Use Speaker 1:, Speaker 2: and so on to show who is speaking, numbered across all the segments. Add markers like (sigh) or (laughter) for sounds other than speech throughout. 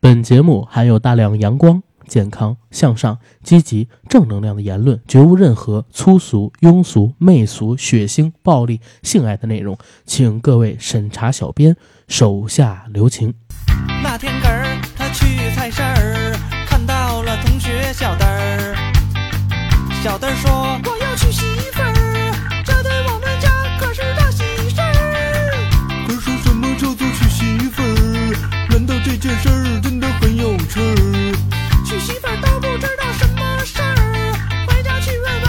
Speaker 1: 本节目含有大量阳光、健康、向上、积极、正能量的言论，绝无任何粗俗、庸俗、媚俗、血腥、暴力、性爱的内容，请各位审查小编手下留情。
Speaker 2: 那天个儿他去菜市儿，看到了同学小灯儿。小灯儿说
Speaker 3: 我要娶媳妇儿，这对我们家可是大喜事儿。：“
Speaker 2: 可是什么叫做娶媳妇儿？难道这件事儿真的很有趣儿？”
Speaker 3: 娶媳妇儿都不知道什么事儿，回家去问问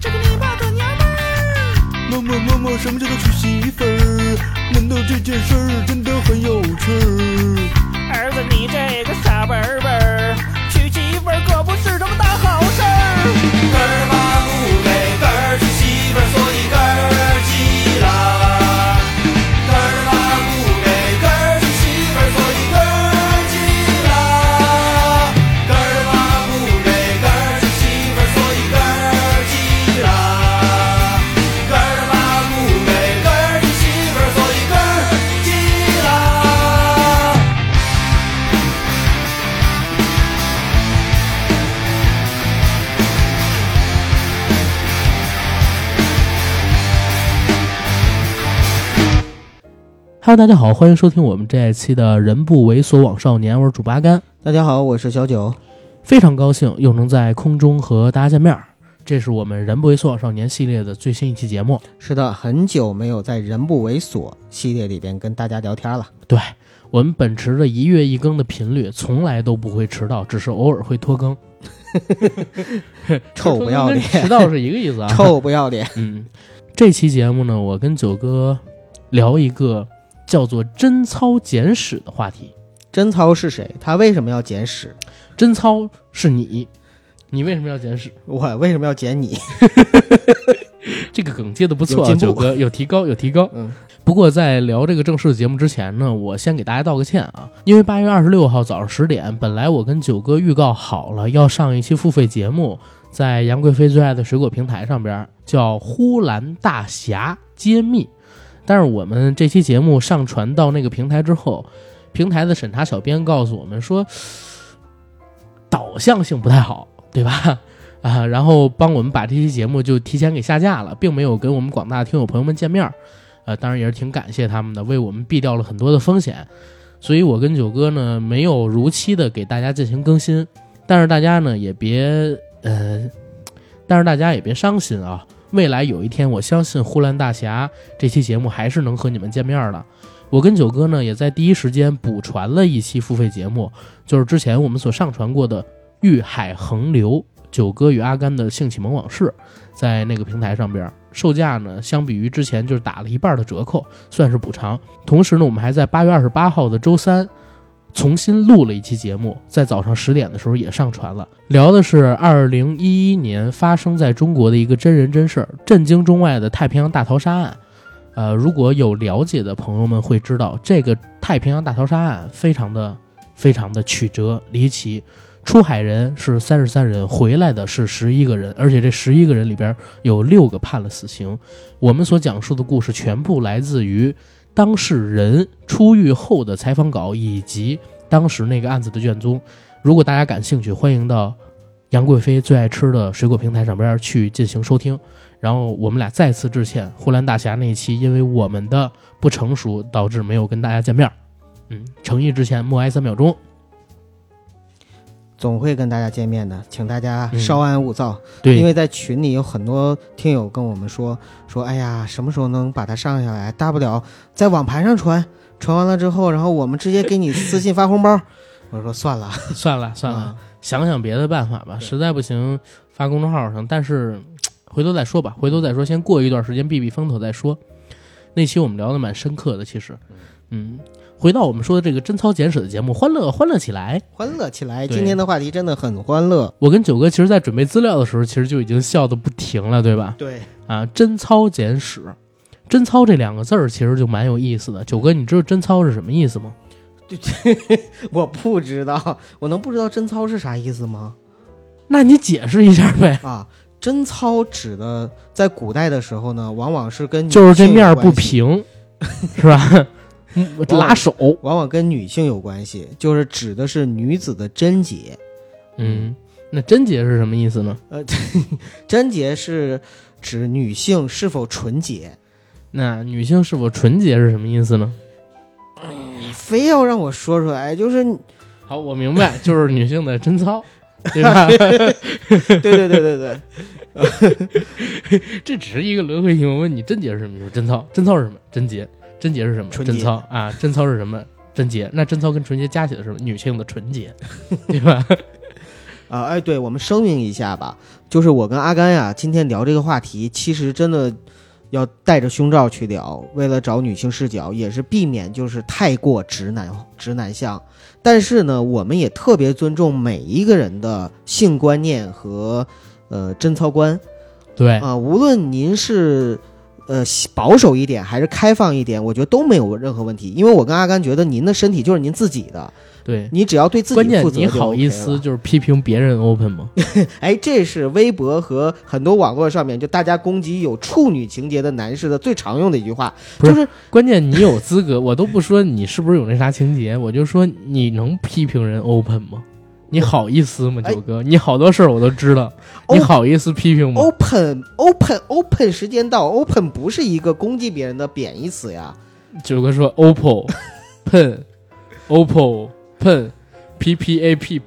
Speaker 3: 这个你爸的娘们儿。
Speaker 2: 么么么么，什么叫做娶媳妇儿？难道这件事儿真的很有趣儿？
Speaker 4: 儿子，你这个傻笨儿笨儿，娶媳妇儿可不是什么大好事儿。
Speaker 2: 根儿妈不给根儿娶媳妇儿，所以根儿急了。根儿妈不给根儿娶媳妇儿，所以根儿急了。根儿妈不给根儿娶媳妇儿，所以根儿急了。根儿妈不给根儿娶媳妇儿，所以根儿急了。
Speaker 1: Hello，大家好，欢迎收听我们这一期的《人不猥琐枉少年》，我是主八竿，
Speaker 5: 大家好，我是小九。
Speaker 1: 非常高兴又能在空中和大家见面儿。这是我们《人不猥琐枉少年》系列的最新一期节目。
Speaker 5: 是的，很久没有在《人不猥琐》系列里边跟大家聊天了。
Speaker 1: 对我们本持着一月一更的频率，从来都不会迟到，只是偶尔会拖更。
Speaker 5: 臭不要脸
Speaker 1: 跟迟到是一个意思啊。
Speaker 5: (laughs) 臭不要脸！
Speaker 1: (laughs) 嗯，这期节目呢，我跟九哥聊一个叫做“贞操简史”的话题。
Speaker 5: 贞操是谁？他为什么要捡屎？
Speaker 1: 贞操是你，你为什么要简史？
Speaker 5: 我为什么要捡你？
Speaker 1: (laughs) 这个梗接的不错、啊，
Speaker 5: 有进
Speaker 1: 九
Speaker 5: 步
Speaker 1: 哥有提高，有提高。
Speaker 5: 嗯，
Speaker 1: 不过在聊这个正式的节目之前呢，我先给大家道个歉啊，因为八月二十六号早上十点，本来我跟九哥预告好了要上一期付费节目，在杨贵妃最爱的水果平台上边叫《呼兰大侠揭秘》，但是我们这期节目上传到那个平台之后，平台的审查小编告诉我们说，导向性不太好，对吧？啊，然后帮我们把这期节目就提前给下架了，并没有跟我们广大听友朋友们见面儿，呃，当然也是挺感谢他们的，为我们避掉了很多的风险，所以我跟九哥呢没有如期的给大家进行更新，但是大家呢也别呃，但是大家也别伤心啊，未来有一天我相信呼兰大侠这期节目还是能和你们见面儿的。我跟九哥呢也在第一时间补传了一期付费节目，就是之前我们所上传过的《欲海横流》。九哥与阿甘的性启蒙往事，在那个平台上边儿售价呢，相比于之前就是打了一半的折扣，算是补偿。同时呢，我们还在八月二十八号的周三重新录了一期节目，在早上十点的时候也上传了，聊的是二零一一年发生在中国的一个真人真事儿，震惊中外的太平洋大逃杀案。呃，如果有了解的朋友们会知道，这个太平洋大逃杀案非常的、非常的曲折离奇，出海人是三十三人，回来的是十一个人，而且这十一个人里边有六个判了死刑。我们所讲述的故事全部来自于当事人出狱后的采访稿以及当时那个案子的卷宗。如果大家感兴趣，欢迎到杨贵妃最爱吃的水果平台上边去进行收听。然后我们俩再次致歉，呼兰大侠那一期因为我们的不成熟导致没有跟大家见面儿。嗯，诚意致歉，默哀三秒钟。
Speaker 5: 总会跟大家见面的，请大家稍安勿躁，
Speaker 1: 对，
Speaker 5: 因为在群里有很多听友跟我们说说，哎呀，什么时候能把它上下来？大不了在网盘上传，传完了之后，然后我们直接给你私信发红包。我说算了，啊
Speaker 1: 算了算了，想想别的办法吧。实在不行，发公众号上，但是回头再说吧，回头再说，先过一段时间避避风头再说。那期我们聊的蛮深刻的，其实，嗯，回到我们说的这个贞操简史的节目，欢乐欢乐起来。
Speaker 5: 欢乐起来。
Speaker 1: 对
Speaker 5: 今天的话题真的很欢乐，
Speaker 1: 我跟九哥其实，在准备资料的时候，其实就已经笑得不停了，对吧？
Speaker 5: 对，
Speaker 1: 啊，贞操简史，贞操这两个字儿其实就蛮有意思的。九哥，你知道贞操是什么意思吗？
Speaker 5: 我不知道，我能不知道贞操是啥意思吗？
Speaker 1: 那你解释一下呗。
Speaker 5: 啊，贞操指的在古代的时候呢，往往是跟女
Speaker 1: 嗯就是这
Speaker 5: 性有
Speaker 1: 面儿不
Speaker 5: 关系，
Speaker 1: 平，是吧？ (laughs) 嗯拉手，
Speaker 5: 往往跟女性有关系，就是指的是女子的贞洁。
Speaker 1: 嗯，那贞洁是什么意思呢？
Speaker 5: 贞洁是指女性是否纯洁。
Speaker 1: 那女性是否纯洁是什么意思呢？
Speaker 5: 你非要让我说出来，就是
Speaker 1: 好，我明 (laughs) 白，就是女性的贞 (laughs) 操，对吧？
Speaker 5: 对对对对对，
Speaker 1: 这只是一个轮回题。我问你，贞洁是什么意思？贞操，贞操是什么？贞洁，贞洁是什么？
Speaker 5: 纯洁
Speaker 1: 贞操啊，贞操是什么？贞洁。那贞操跟纯洁加起来是什么？女性的纯
Speaker 5: (laughs)
Speaker 1: 洁，对吧？
Speaker 5: 啊，哎，对，我们声明一下吧，就是我跟阿甘呀、今天聊这个话题，其实真的要带着胸罩去聊，为了找女性视角，也是避免就是太过直男直男向。但是呢，我们也特别尊重每一个人的性观念和呃贞操观
Speaker 1: 对，
Speaker 5: 啊、无论您是。呃，保守一点还是开放一点，我觉得都没有任何问题。因为我跟阿甘觉得，您的身体就是您自己的，
Speaker 1: 对。
Speaker 5: 你只要对自己
Speaker 1: 关键
Speaker 5: 负责
Speaker 1: 你
Speaker 5: 就 OK 了。
Speaker 1: 好意思就是批评别人 open 吗？
Speaker 5: 哎，这是微博和很多网络上面就大家攻击有处女情节的男士的最常用的一句话，
Speaker 1: 不
Speaker 5: 就是是
Speaker 1: 关键你有资格， (laughs) 我都不说你是不是有那啥情节，我就说你能批评人 open 吗？你好意思吗，
Speaker 5: 哎
Speaker 1: 九哥？你好多事儿我都知道，
Speaker 5: 哦
Speaker 1: 你好意思批评吗？
Speaker 5: open open open 时间到，open 不是一个攻击别人的贬义词呀。
Speaker 1: 九哥说 OPPO (laughs) Pen OPPO Pen P P A P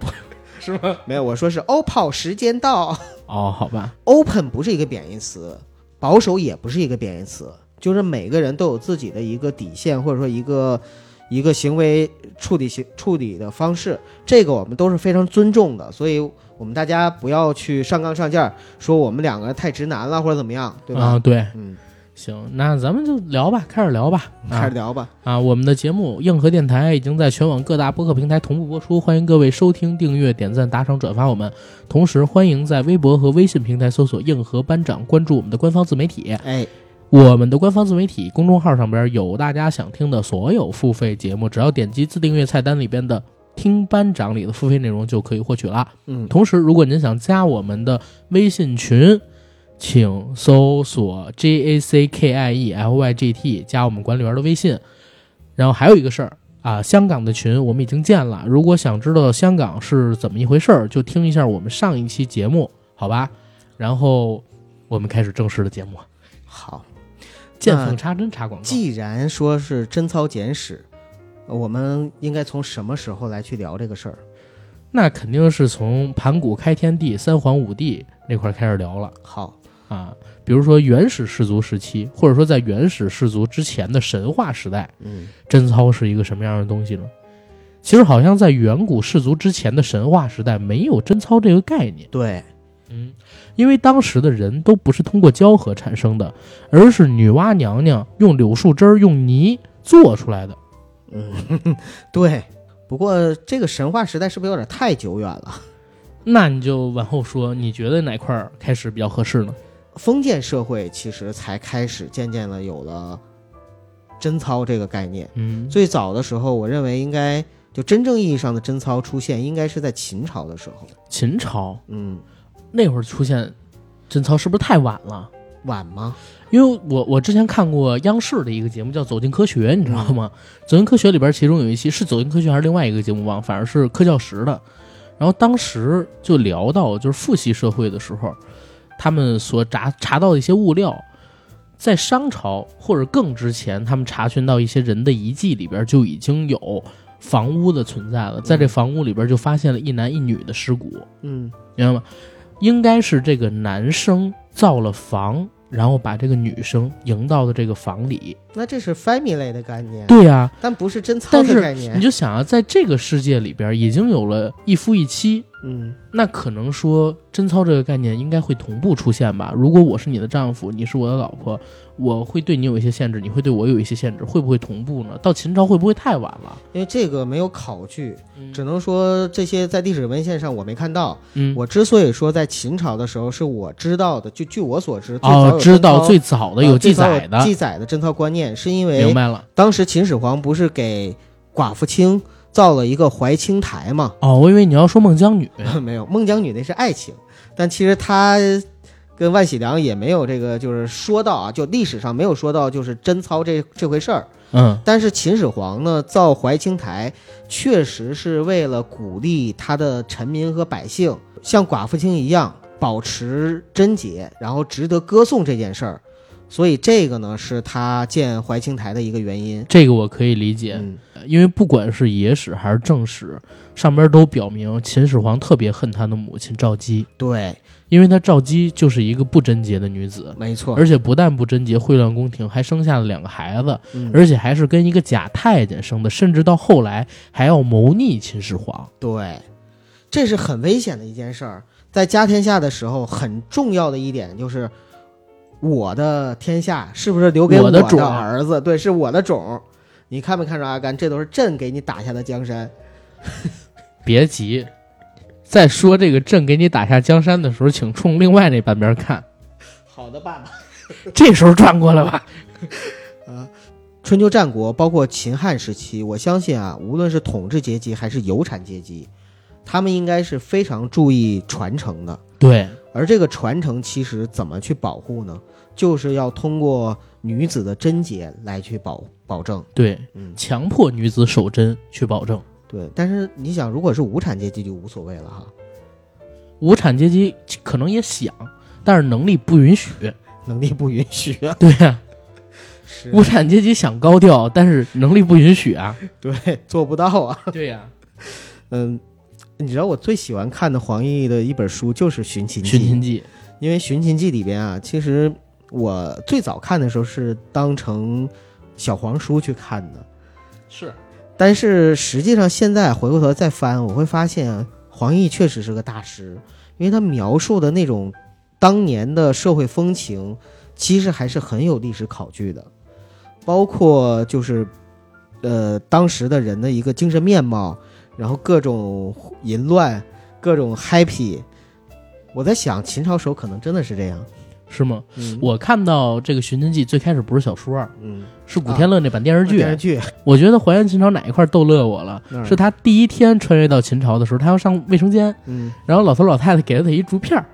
Speaker 1: 是吗？
Speaker 5: 没有，我说是 open 时间到
Speaker 1: 哦，好吧，
Speaker 5: ，open 不是一个贬义词，保守也不是一个贬义词，就是每个人都有自己的一个底线，或者说一个。一个行为处理行处理的方式，这个我们都是非常尊重的，所以我们大家不要去上纲上线儿，说我们两个太直男了或者怎么样，对吧？
Speaker 1: 啊，对，
Speaker 5: 嗯，
Speaker 1: 行，那咱们就聊吧，开始聊吧，
Speaker 5: 开始
Speaker 1: 啊
Speaker 5: 聊吧。
Speaker 1: 啊！我们的节目《硬核电台》已经在全网各大播客平台同步播出，欢迎各位收听、订阅、点赞、打赏、转发我们。同时，欢迎在微博和微信平台搜索“硬核班长”，关注我们的官方自媒体。
Speaker 5: 哎，
Speaker 1: 我们的官方自媒体公众号上边有大家想听的所有付费节目，只要点击自订阅菜单里边的“听班长”里的付费内容就可以获取啦。
Speaker 5: 嗯，
Speaker 1: 同时，如果您想加我们的微信群，请搜索 J A C K I E L Y G T 加我们管理员的微信。然后还有一个事儿啊，香港的群我们已经建了，啊如果想知道香港是怎么一回事儿，就听一下我们上一期节目，好吧？然后我们开始正式的节目。
Speaker 5: 好，
Speaker 1: 见缝插针插广告。
Speaker 5: 既然说是《贞操简史》，我们应该从什么时候来去聊这个事儿？
Speaker 1: 那肯定是从盘古开天地、三皇五帝那块儿开始聊了
Speaker 5: 好，
Speaker 1: 啊。比如说原始氏族时期，或者说在原始氏族之前的神话时代，
Speaker 5: 嗯，
Speaker 1: 贞操是一个什么样的东西呢？其实好像在远古氏族之前的神话时代没有贞操这个概念，
Speaker 5: 对，
Speaker 1: 嗯，因为当时的人都不是通过交合产生的，而是女娲娘娘用柳树枝儿、用泥做出来的。
Speaker 5: 嗯，对。不过这个神话时代是不是有点太久远了？
Speaker 1: 那你就往后说，你觉得哪块儿开始比较合适呢？
Speaker 5: 封建社会其实才开始渐渐的有了贞操这个概念。
Speaker 1: 嗯，
Speaker 5: 最早的时候，我认为应该就真正意义上的贞操出现，应该是在秦朝的时候。
Speaker 1: 秦朝
Speaker 5: 嗯，
Speaker 1: 那会儿出现贞操是不是太晚了？
Speaker 5: 晚吗？
Speaker 1: 因为我我之前看过央视的一个节目叫《走进科学》，你知道吗？走进科学》里边其中有一期是《走进科学》还是另外一个节目忘了，反正是科教时的。然后当时就聊到就是父系社会的时候，他们所查查到的一些物料，在商朝或者更之前，他们查询到一些人的遗迹里边就已经有房屋的存在了，在这房屋里边就发现了一男一女的尸骨。
Speaker 5: 嗯，
Speaker 1: 明白吗？应该是这个男生造了房，然后把这个女生迎到了这个房里。
Speaker 5: 那这是 family 的概念。
Speaker 1: 对呀、
Speaker 5: 但不是贞操
Speaker 1: 但
Speaker 5: 的概
Speaker 1: 是你
Speaker 5: 念。
Speaker 1: 就想啊，在这个世界里边已经有了一夫一妻，
Speaker 5: 嗯，
Speaker 1: 那可能说贞操这个概念应该会同步出现吧？如果我是你的丈夫，你是我的老婆，我会对你有一些限制，你会对我有一些限制，会不会同步呢？到秦朝会不会太晚了？
Speaker 5: 因为这个没有考据，
Speaker 1: 嗯
Speaker 5: 只能说这些在历史文献上我没看到。
Speaker 1: 嗯，
Speaker 5: 我之所以说在秦朝的时候是我知道的，就据我所知，最早
Speaker 1: 哦
Speaker 5: 有，
Speaker 1: 知
Speaker 5: 贞操
Speaker 1: 道最早的
Speaker 5: 呃
Speaker 1: 有
Speaker 5: 最
Speaker 1: 记
Speaker 5: 早有
Speaker 1: 载的，
Speaker 5: 记载的贞操观念，是因
Speaker 1: 明
Speaker 5: 为
Speaker 1: 白了。
Speaker 5: 当时秦始皇不是给寡妇清造了一个怀清台嘛？
Speaker 1: 哦，我以为你要说孟姜女。
Speaker 5: (laughs) 没有，孟姜女那是爱情，但其实她。跟万喜良也没有这个，就是说到啊，就历史上没有说到就是贞操这这回事儿，
Speaker 1: 嗯
Speaker 5: 但是秦始皇呢，造怀清台确实是为了鼓励他的臣民和百姓，像寡妇清一样保持贞洁，然后值得歌颂这件事儿。所以这个呢，是他建怀清台的一个原因。
Speaker 1: 这个我可以理解，
Speaker 5: 嗯，
Speaker 1: 因为不管是野史还是正史，上边都表明秦始皇特别恨他的母亲赵姬，
Speaker 5: 对，
Speaker 1: 因为他赵姬就是一个不贞洁的女子，
Speaker 5: 没错。
Speaker 1: 而且不但不贞洁，混乱宫廷，还生下了两个孩子，
Speaker 5: 嗯
Speaker 1: 而且还是跟一个假太监生的，甚至到后来还要谋逆秦始皇。
Speaker 5: 对，这是很危险的一件事儿。在家天下的时候，很重要的一点就是，我的天下是不是留给
Speaker 1: 我的
Speaker 5: 的
Speaker 1: 种
Speaker 5: 儿子？对，是我的种。你看没看着阿甘？这都是朕给你打下的江山。
Speaker 1: 别急，在说这个朕给你打下江山的时候，请冲另外那半边看，
Speaker 5: 好的，爸爸。
Speaker 1: 这时候转过来吧。
Speaker 5: 春秋战国，包括秦汉时期，我相信啊，无论是统治阶级还是有产阶级，他们应该是非常注意传承的。
Speaker 1: 对，
Speaker 5: 而这个传承其实怎么去保护呢？就是要通过女子的贞洁来去保保证。
Speaker 1: 对，
Speaker 5: 嗯，
Speaker 1: 强迫女子守贞去保证。
Speaker 5: 对，但是你想，如果是无产阶级就无所谓了哈，
Speaker 1: 无产阶级可能也想，但是能力不允许。
Speaker 5: 能力不允许啊。 (laughs)
Speaker 1: 对呀、
Speaker 5: 是
Speaker 1: 无产阶级想高调，但是能力不允许啊。
Speaker 5: 对，做不到啊。
Speaker 1: 对呀、
Speaker 5: 嗯，你知道我最喜欢看的黄奕的一本书就是《寻秦记》，
Speaker 1: 寻秦记》
Speaker 5: 因为《寻秦记》里边啊，其实我最早看的时候是当成小黄书去看的，
Speaker 1: 是
Speaker 5: 但是实际上现在回过头再翻，我会发现啊黄奕确实是个大师，因为他描述的那种当年的社会风情，其实还是很有历史考据的，包括就是呃当时的人的一个精神面貌，然后各种淫乱，各种 happy。我在想，秦朝时候可能真的是这样。
Speaker 1: 是吗？
Speaker 5: 嗯
Speaker 1: 我看到这个《寻秦记》最开始不是小说儿，
Speaker 5: 嗯，
Speaker 1: 是古天乐那版电视剧。
Speaker 5: 啊电视剧嗯
Speaker 1: 我觉得还原秦朝哪一块逗乐我了
Speaker 5: 哪？儿
Speaker 1: 是他第一天穿越到秦朝的时候，他要上卫生间，
Speaker 5: 嗯，
Speaker 1: 然后老头老太太给了他一竹片
Speaker 5: (laughs)
Speaker 1: 儿，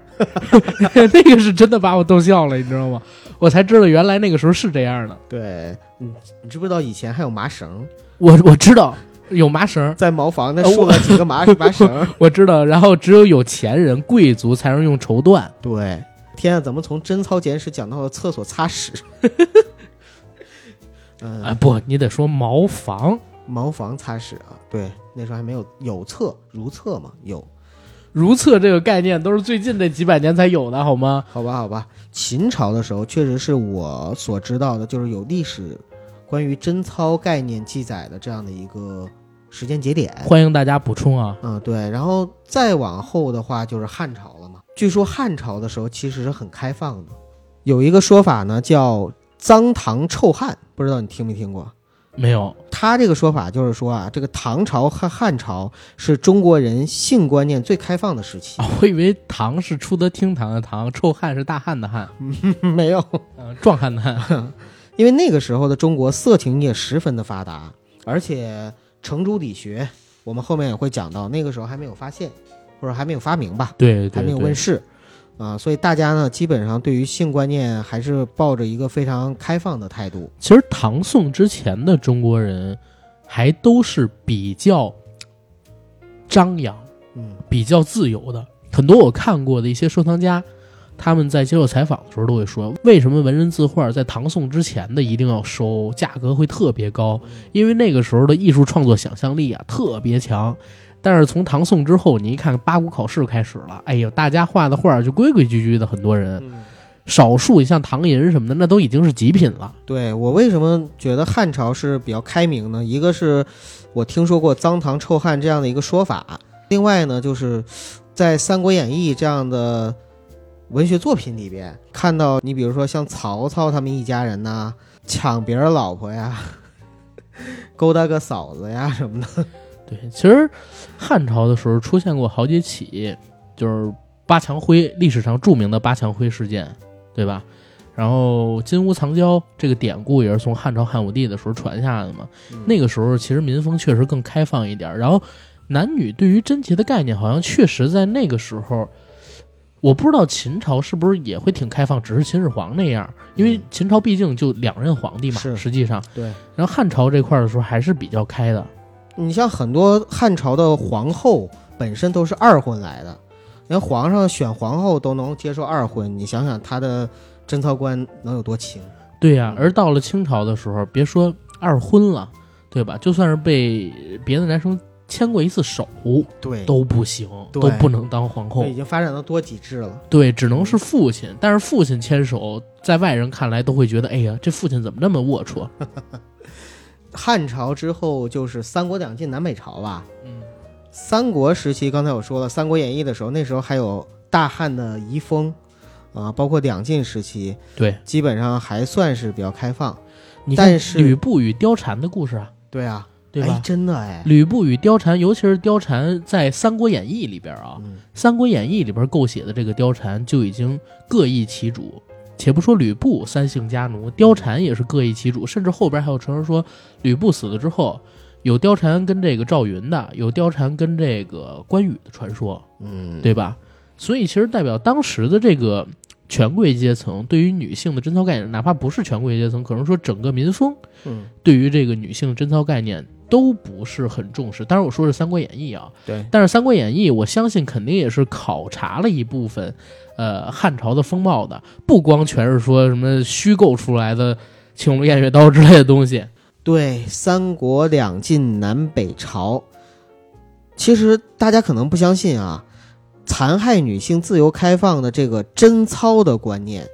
Speaker 1: 那个是真的把我逗笑了，你知道吗？我才知道原来那个时候是这样的。
Speaker 5: 对，你你知不知道以前还有麻绳，哦
Speaker 1: 我我知道有麻绳儿，
Speaker 5: 在茅房那
Speaker 1: 呃
Speaker 5: 竖
Speaker 1: 我
Speaker 5: 了几个麻麻绳？
Speaker 1: 我知道，然后只有有钱人、贵族才能用绸缎。
Speaker 5: (laughs) 对，天啊，怎么从贞操简史讲到了厕所擦屎？ (laughs) 嗯、
Speaker 1: 啊，不，你得说茅房。
Speaker 5: 茅房擦屎啊，对，那时候还没有有厕如厕嘛，有，
Speaker 1: 如厕这个概念都是最近这几百年才有的，好吗？
Speaker 5: 好吧，好吧。秦朝的时候，确实是我所知道的，就是有历史关于贞操概念记载的这样的一个时间节点。
Speaker 1: 欢迎大家补充啊。
Speaker 5: 嗯，对，然后再往后的话就是汉朝了嘛。据说汉朝的时候其实是很开放的，有一个说法呢叫“脏唐臭汉”，不知道你听没听过？
Speaker 1: 没有，
Speaker 5: 他这个说法就是说啊，这个唐朝和汉朝是中国人性观念最开放的时期 (laughs)
Speaker 1: 啊，，我以为唐是出得厅堂的堂，臭汉是大汉的汉，
Speaker 5: 没有，
Speaker 1: 嗯、壮汉的
Speaker 5: (laughs)
Speaker 1: 汉。
Speaker 5: 因为那个时候的中国色情业十分的发达，而且程朱理学，我们后面也会讲到，那个时候还没有发现，或者还没有发明吧，
Speaker 1: 对
Speaker 5: 还
Speaker 1: 对
Speaker 5: 没有问
Speaker 1: 对，
Speaker 5: 世，啊、所以大家呢，基本上对于性观念还是抱着一个非常开放的态度。
Speaker 1: 其实唐宋之前的中国人还都是比较张扬、
Speaker 5: 嗯
Speaker 1: 比较自由的。很多我看过的一些收藏家，他们在接受采访的时候都会说，为什么文人字画在唐宋之前的一定要收，价格会特别高？因为那个时候的艺术创作想象力啊特别强。但是从唐宋之后，你一看八股考试开始了，哎呦，大家画的画就规规矩矩的，很多人，
Speaker 5: 嗯，
Speaker 1: 少数你像唐寅什么的，那都已经是极品了。
Speaker 5: 对我为什么觉得汉朝是比较开明呢？一个是我听说过“脏唐臭汉”这样的一个说法，另外呢，就是在《三国演义》这样的文学作品里边，看到你比如说像曹操他们一家人呐、抢别人老婆呀， (laughs) 勾搭个嫂子呀什么的。
Speaker 1: 对，其实汉朝的时候出现过好几起，就是八强辉历史上著名的八强辉事件，对吧？然后金屋藏娇这个典故也是从汉朝汉武帝的时候传下来的嘛。
Speaker 5: 嗯
Speaker 1: 那个时候其实民风确实更开放一点儿，然后男女对于贞洁的概念好像确实在那个时候我不知道秦朝是不是也会挺开放，只是秦始皇那样，因为秦朝毕竟就两任皇帝嘛，
Speaker 5: 嗯是
Speaker 1: 实际上。
Speaker 5: 对
Speaker 1: 然后汉朝这块儿的时候还是比较开的，
Speaker 5: 你像很多汉朝的皇后本身都是二婚来的，连皇上选皇后都能接受二婚，你想想他的贞操观能有多轻？
Speaker 1: 对呀、
Speaker 5: 嗯
Speaker 1: 而到了清朝的时候，别说二婚了，对吧？就算是被别的男生牵过一次手
Speaker 5: 对，
Speaker 1: 都不行，
Speaker 5: 哎对
Speaker 1: 都
Speaker 5: 哎
Speaker 1: 不能当皇后
Speaker 5: 这已。经发展到多极致了。
Speaker 1: 对，只能是父亲。但是父亲牵手，在外人看来都会觉得，哎呀，这父亲怎么那么龌龊？
Speaker 5: 汉朝之后就是三国两晋南北朝吧。
Speaker 1: 嗯，
Speaker 5: 三国时期，刚才我说了，《三国演义》的时候，那时候还有大汉的遗风，啊，包括两晋时期，
Speaker 1: 对，
Speaker 5: 基本上还算是比较开放。
Speaker 1: 你看
Speaker 5: 但是
Speaker 1: 吕布与貂蝉的故事啊，
Speaker 5: 对啊，
Speaker 1: 对
Speaker 5: 哎
Speaker 1: 吧，？
Speaker 5: 真的哎，
Speaker 1: 吕布与貂蝉，尤其是貂蝉，在《三国演义》里边啊，
Speaker 5: 嗯
Speaker 1: 《三国演义》里边构写的这个貂蝉就已经各异其主。且不说吕布三姓家奴，貂蝉也是各异其主，甚至后边还有传说说吕布死了之后，有貂蝉跟这个赵云的，有貂蝉跟这个关羽的传说，
Speaker 5: 嗯，
Speaker 1: 对吧？所以其实代表当时的这个权贵阶层对于女性的贞操概念，哪怕不是权贵阶层，可能说整个民风
Speaker 5: 嗯，
Speaker 1: 对于这个女性贞操概念都不是很重视。当然，我说是《三国演义》啊，
Speaker 5: 对，
Speaker 1: 但是《三国演义》，我相信肯定也是考察了一部分，呃，汉朝的风貌的，不光全是说什么虚构出来的青龙偃月刀之类的东西。
Speaker 5: 对，三国两晋南北朝，其实大家可能不相信啊，残害女性自由开放的这个贞操的观念，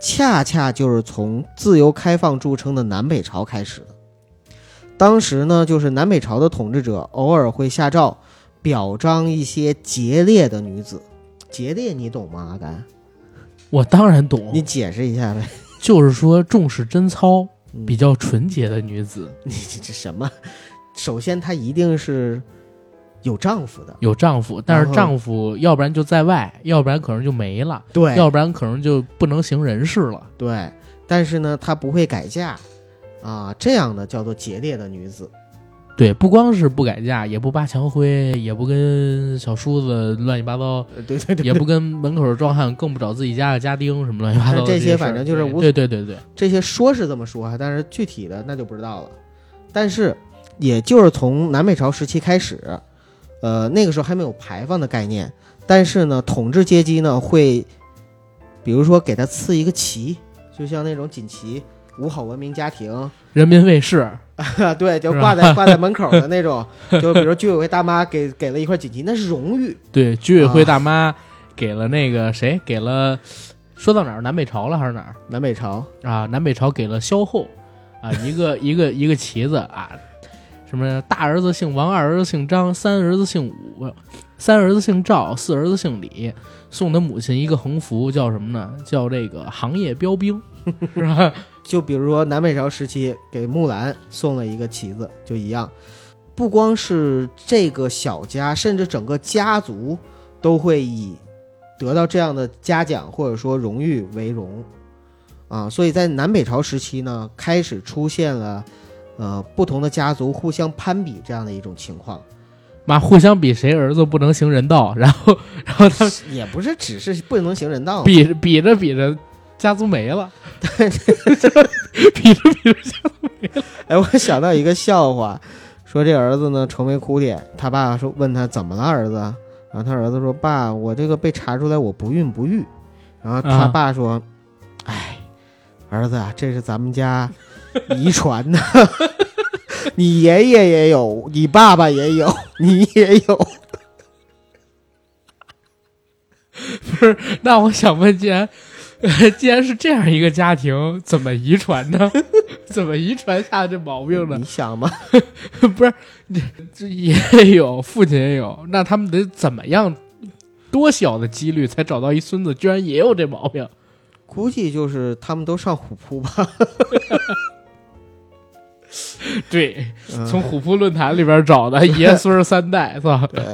Speaker 5: 恰恰就是从自由开放著称的南北朝开始的。当时呢，就是南北朝的统治者偶尔会下诏表彰一些节烈的女子。节烈，你懂吗？阿甘，
Speaker 1: 我当然懂
Speaker 5: 你，解释一下呗。 (laughs)
Speaker 1: 就是说重视贞操、
Speaker 5: 嗯
Speaker 1: 比较纯洁的女子，
Speaker 5: 你这这什么？首先，她一定是有丈夫的。
Speaker 1: 有丈夫，但
Speaker 5: 然
Speaker 1: 是
Speaker 5: 后
Speaker 1: 丈夫要不然就在外，要不然可能就没了，
Speaker 5: 对
Speaker 1: 要不然可能就不能行人事了。
Speaker 5: 对，但是呢，她不会改嫁，啊，这样的叫做节烈的女子。
Speaker 1: 对，不光是不改嫁，也不扒墙灰，也不跟小叔子乱七八糟
Speaker 5: 呃对对对，
Speaker 1: 也不跟门口的壮汉，更不找自己家的家丁什么乱七八糟的
Speaker 5: 但这
Speaker 1: 些
Speaker 5: 些
Speaker 1: 事儿
Speaker 5: 反正就是无
Speaker 1: 对对对对，
Speaker 5: (laughs) 这些说是这么说啊，但是具体的那就不知道了。但是，也就是从南北朝时期开始，呃，那个时候还没有牌坊的概念，但是呢，统治阶级呢会，比如说给他赐一个旗，就像那种锦旗，五好文明家庭， (laughs)
Speaker 1: 人民卫视，
Speaker 5: 啊，对，就是挂
Speaker 1: 吧
Speaker 5: 在挂在门口的那种，就比如居委会大妈给给了一块锦旗，那是荣誉。
Speaker 1: 对居委会
Speaker 5: 啊
Speaker 1: 大妈给了那个谁，给了说到哪儿南北朝了还是哪儿
Speaker 5: 南北朝，
Speaker 1: 啊？南北朝给了萧后啊，一个一个一个旗子啊，什么大儿子姓王，二儿子姓张，三儿子姓武，三儿子姓赵，四儿子姓李，送他母亲一个横幅，叫什么呢？叫这个行业标兵，是吧？
Speaker 5: 就比如说南北朝时期给木兰送了一个旗子，就一样。不光是这个小家，甚至整个家族都会以得到这样的嘉奖或者说荣誉为荣啊。所以在南北朝时期呢，开始出现了呃不同的家族互相攀比这样的一种情况。 (laughs)
Speaker 1: 妈互相比谁儿子不能行人道，然后然后他们
Speaker 5: 也不是只是不能行人道嘛，
Speaker 1: 比比着比着家族没了， (laughs) 比着比着
Speaker 5: (laughs) 哎，我想到一个笑话，说这儿子呢愁眉苦脸，他爸说问他怎么了儿子，然后他儿子说爸，我这个被查出来我不孕不育，然后他
Speaker 1: 啊
Speaker 5: 爸说，哎、儿子啊，这是咱们家遗传的， (laughs) 你爷爷也有，你爸爸也有，你也有，
Speaker 1: (laughs) 那我想问，既然、呃既然是这样一个家庭，怎么遗传呢？ (laughs) 怎么遗传下这毛病呢
Speaker 5: (laughs) 你？想吧，
Speaker 1: 不是，这爷爷有，父亲也有，那他们得怎么样？多小的几率才找到一孙子，居然也有这毛病？ (laughs)
Speaker 5: 估计就是他们都上虎扑吧，
Speaker 1: 对，
Speaker 5: 嗯
Speaker 1: 从虎扑论坛里边找的，爷孙儿三代，是 (laughs) 吧？
Speaker 5: 对，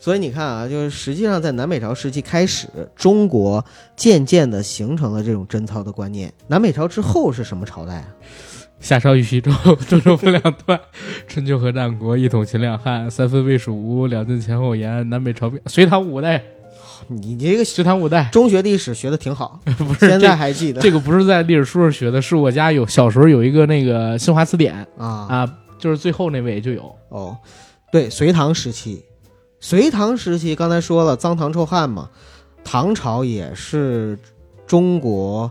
Speaker 5: 所以你看啊，就是实际上在南北朝时期开始，中国渐渐的形成了这种贞操的观念。南北朝之后是什么朝代啊？
Speaker 1: 夏朝与徐州，周周分两段，春秋和战国，一统秦两汉，三分魏蜀吴，两晋前后延，南北朝并，隋唐五代。
Speaker 5: 你这个
Speaker 1: 学堂五代。
Speaker 5: 中学历史学的
Speaker 1: (laughs)
Speaker 5: 挺好，现在还记得
Speaker 1: 这个不是在历史书上学的，是我家有小时候有一个那个新华词典
Speaker 5: 啊？
Speaker 1: 啊，就是最后那位就有。
Speaker 5: 哦，对，隋唐时期，隋唐时期刚才说了脏唐臭汉嘛，唐朝也是中国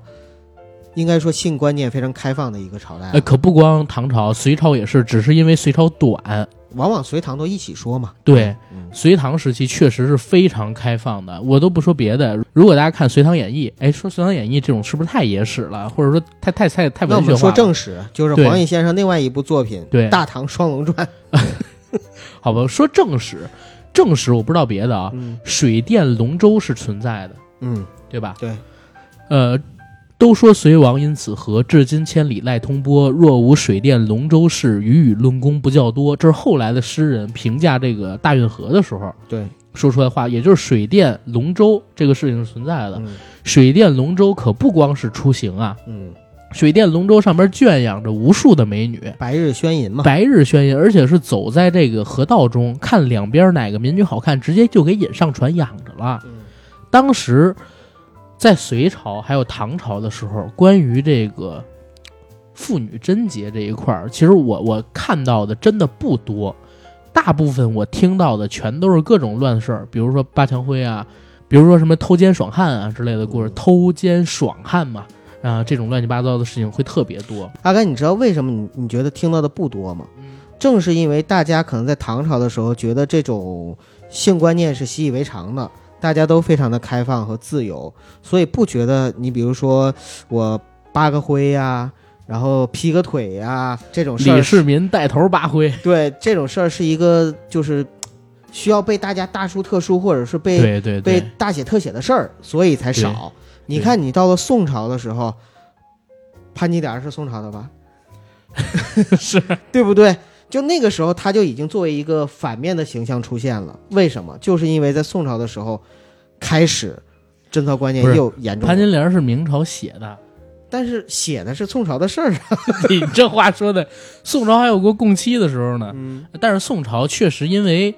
Speaker 5: 应该说性观念非常开放的一个朝代啊、
Speaker 1: 呃，可不光唐朝，隋朝也是，只是因为隋朝短。
Speaker 5: 往往隋唐都一起说嘛。
Speaker 1: 对，
Speaker 5: 嗯，
Speaker 1: 隋唐时期确实是非常开放的，我都不说别的。如果大家看《隋唐演义》，哎，说《隋唐演义》这种是不是太野史了，或者说太太太太
Speaker 5: 那我
Speaker 1: 文学化
Speaker 5: 们
Speaker 1: 了？
Speaker 5: 说正史，就是
Speaker 1: 对
Speaker 5: 黄易先生另外一部作品
Speaker 1: 对
Speaker 5: 《大唐双龙传》。
Speaker 1: 好吧，说正史，正史我不知道别的啊，
Speaker 5: 嗯
Speaker 1: 水殿龙舟是存在的，
Speaker 5: 嗯，
Speaker 1: 对吧？
Speaker 5: 对，
Speaker 1: 呃，都说隋王因此和，至今千里赖通波。若无水殿龙舟事，与与论功不较多。这是后来的诗人评价这个大运河的时候
Speaker 5: 对，
Speaker 1: 说出来的话，也就是水殿龙舟这个事情是存在的。
Speaker 5: 嗯
Speaker 1: 水殿龙舟可不光是出行啊，
Speaker 5: 嗯，
Speaker 1: 水殿龙舟上边圈养着无数的美女。
Speaker 5: 白日宣淫嘛。
Speaker 1: 白日宣淫，而且是走在这个河道中，看两边哪个民女好看，直接就给引上船养着了。
Speaker 5: 嗯
Speaker 1: 当时在隋朝还有唐朝的时候，关于这个妇女贞洁这一块儿，其实我我看到的真的不多，大部分我听到的全都是各种乱事儿，比如说八强辉啊，比如说什么偷奸爽汉啊之类的故事，
Speaker 5: 嗯
Speaker 1: 偷奸爽汉嘛，啊，这种乱七八糟的事情会特别多。
Speaker 5: 阿甘，你知道为什么你你觉得听到的不多吗？正是因为大家可能在唐朝的时候觉得这种性观念是习以为常的，大家都非常的开放和自由，所以不觉得你比如说我扒个灰呀、然后劈个腿呀、这种事
Speaker 1: 李
Speaker 5: 儿
Speaker 1: 世
Speaker 5: 是，
Speaker 1: 民带头扒灰。
Speaker 5: 对这种事儿是一个就是需要被大家大书特书，或者是被
Speaker 1: 对对
Speaker 5: 被
Speaker 1: 对，
Speaker 5: 大写特写的事儿，所以才少。你看，你到了宋朝的时候，潘金莲是宋朝的吧？
Speaker 1: (laughs) 是
Speaker 5: 对不对？就那个时候，他就已经作为一个反面的形象出现了。为什么？就是因为在宋朝的时候，开始贞操观念
Speaker 1: 不是
Speaker 5: 又严重了
Speaker 1: 潘金莲是明朝写的，
Speaker 5: (laughs) 但是写的是宋朝的事儿啊。
Speaker 1: 你这话说的，宋朝还有过共妻的时候呢。
Speaker 5: 嗯
Speaker 1: 但是宋朝确实因为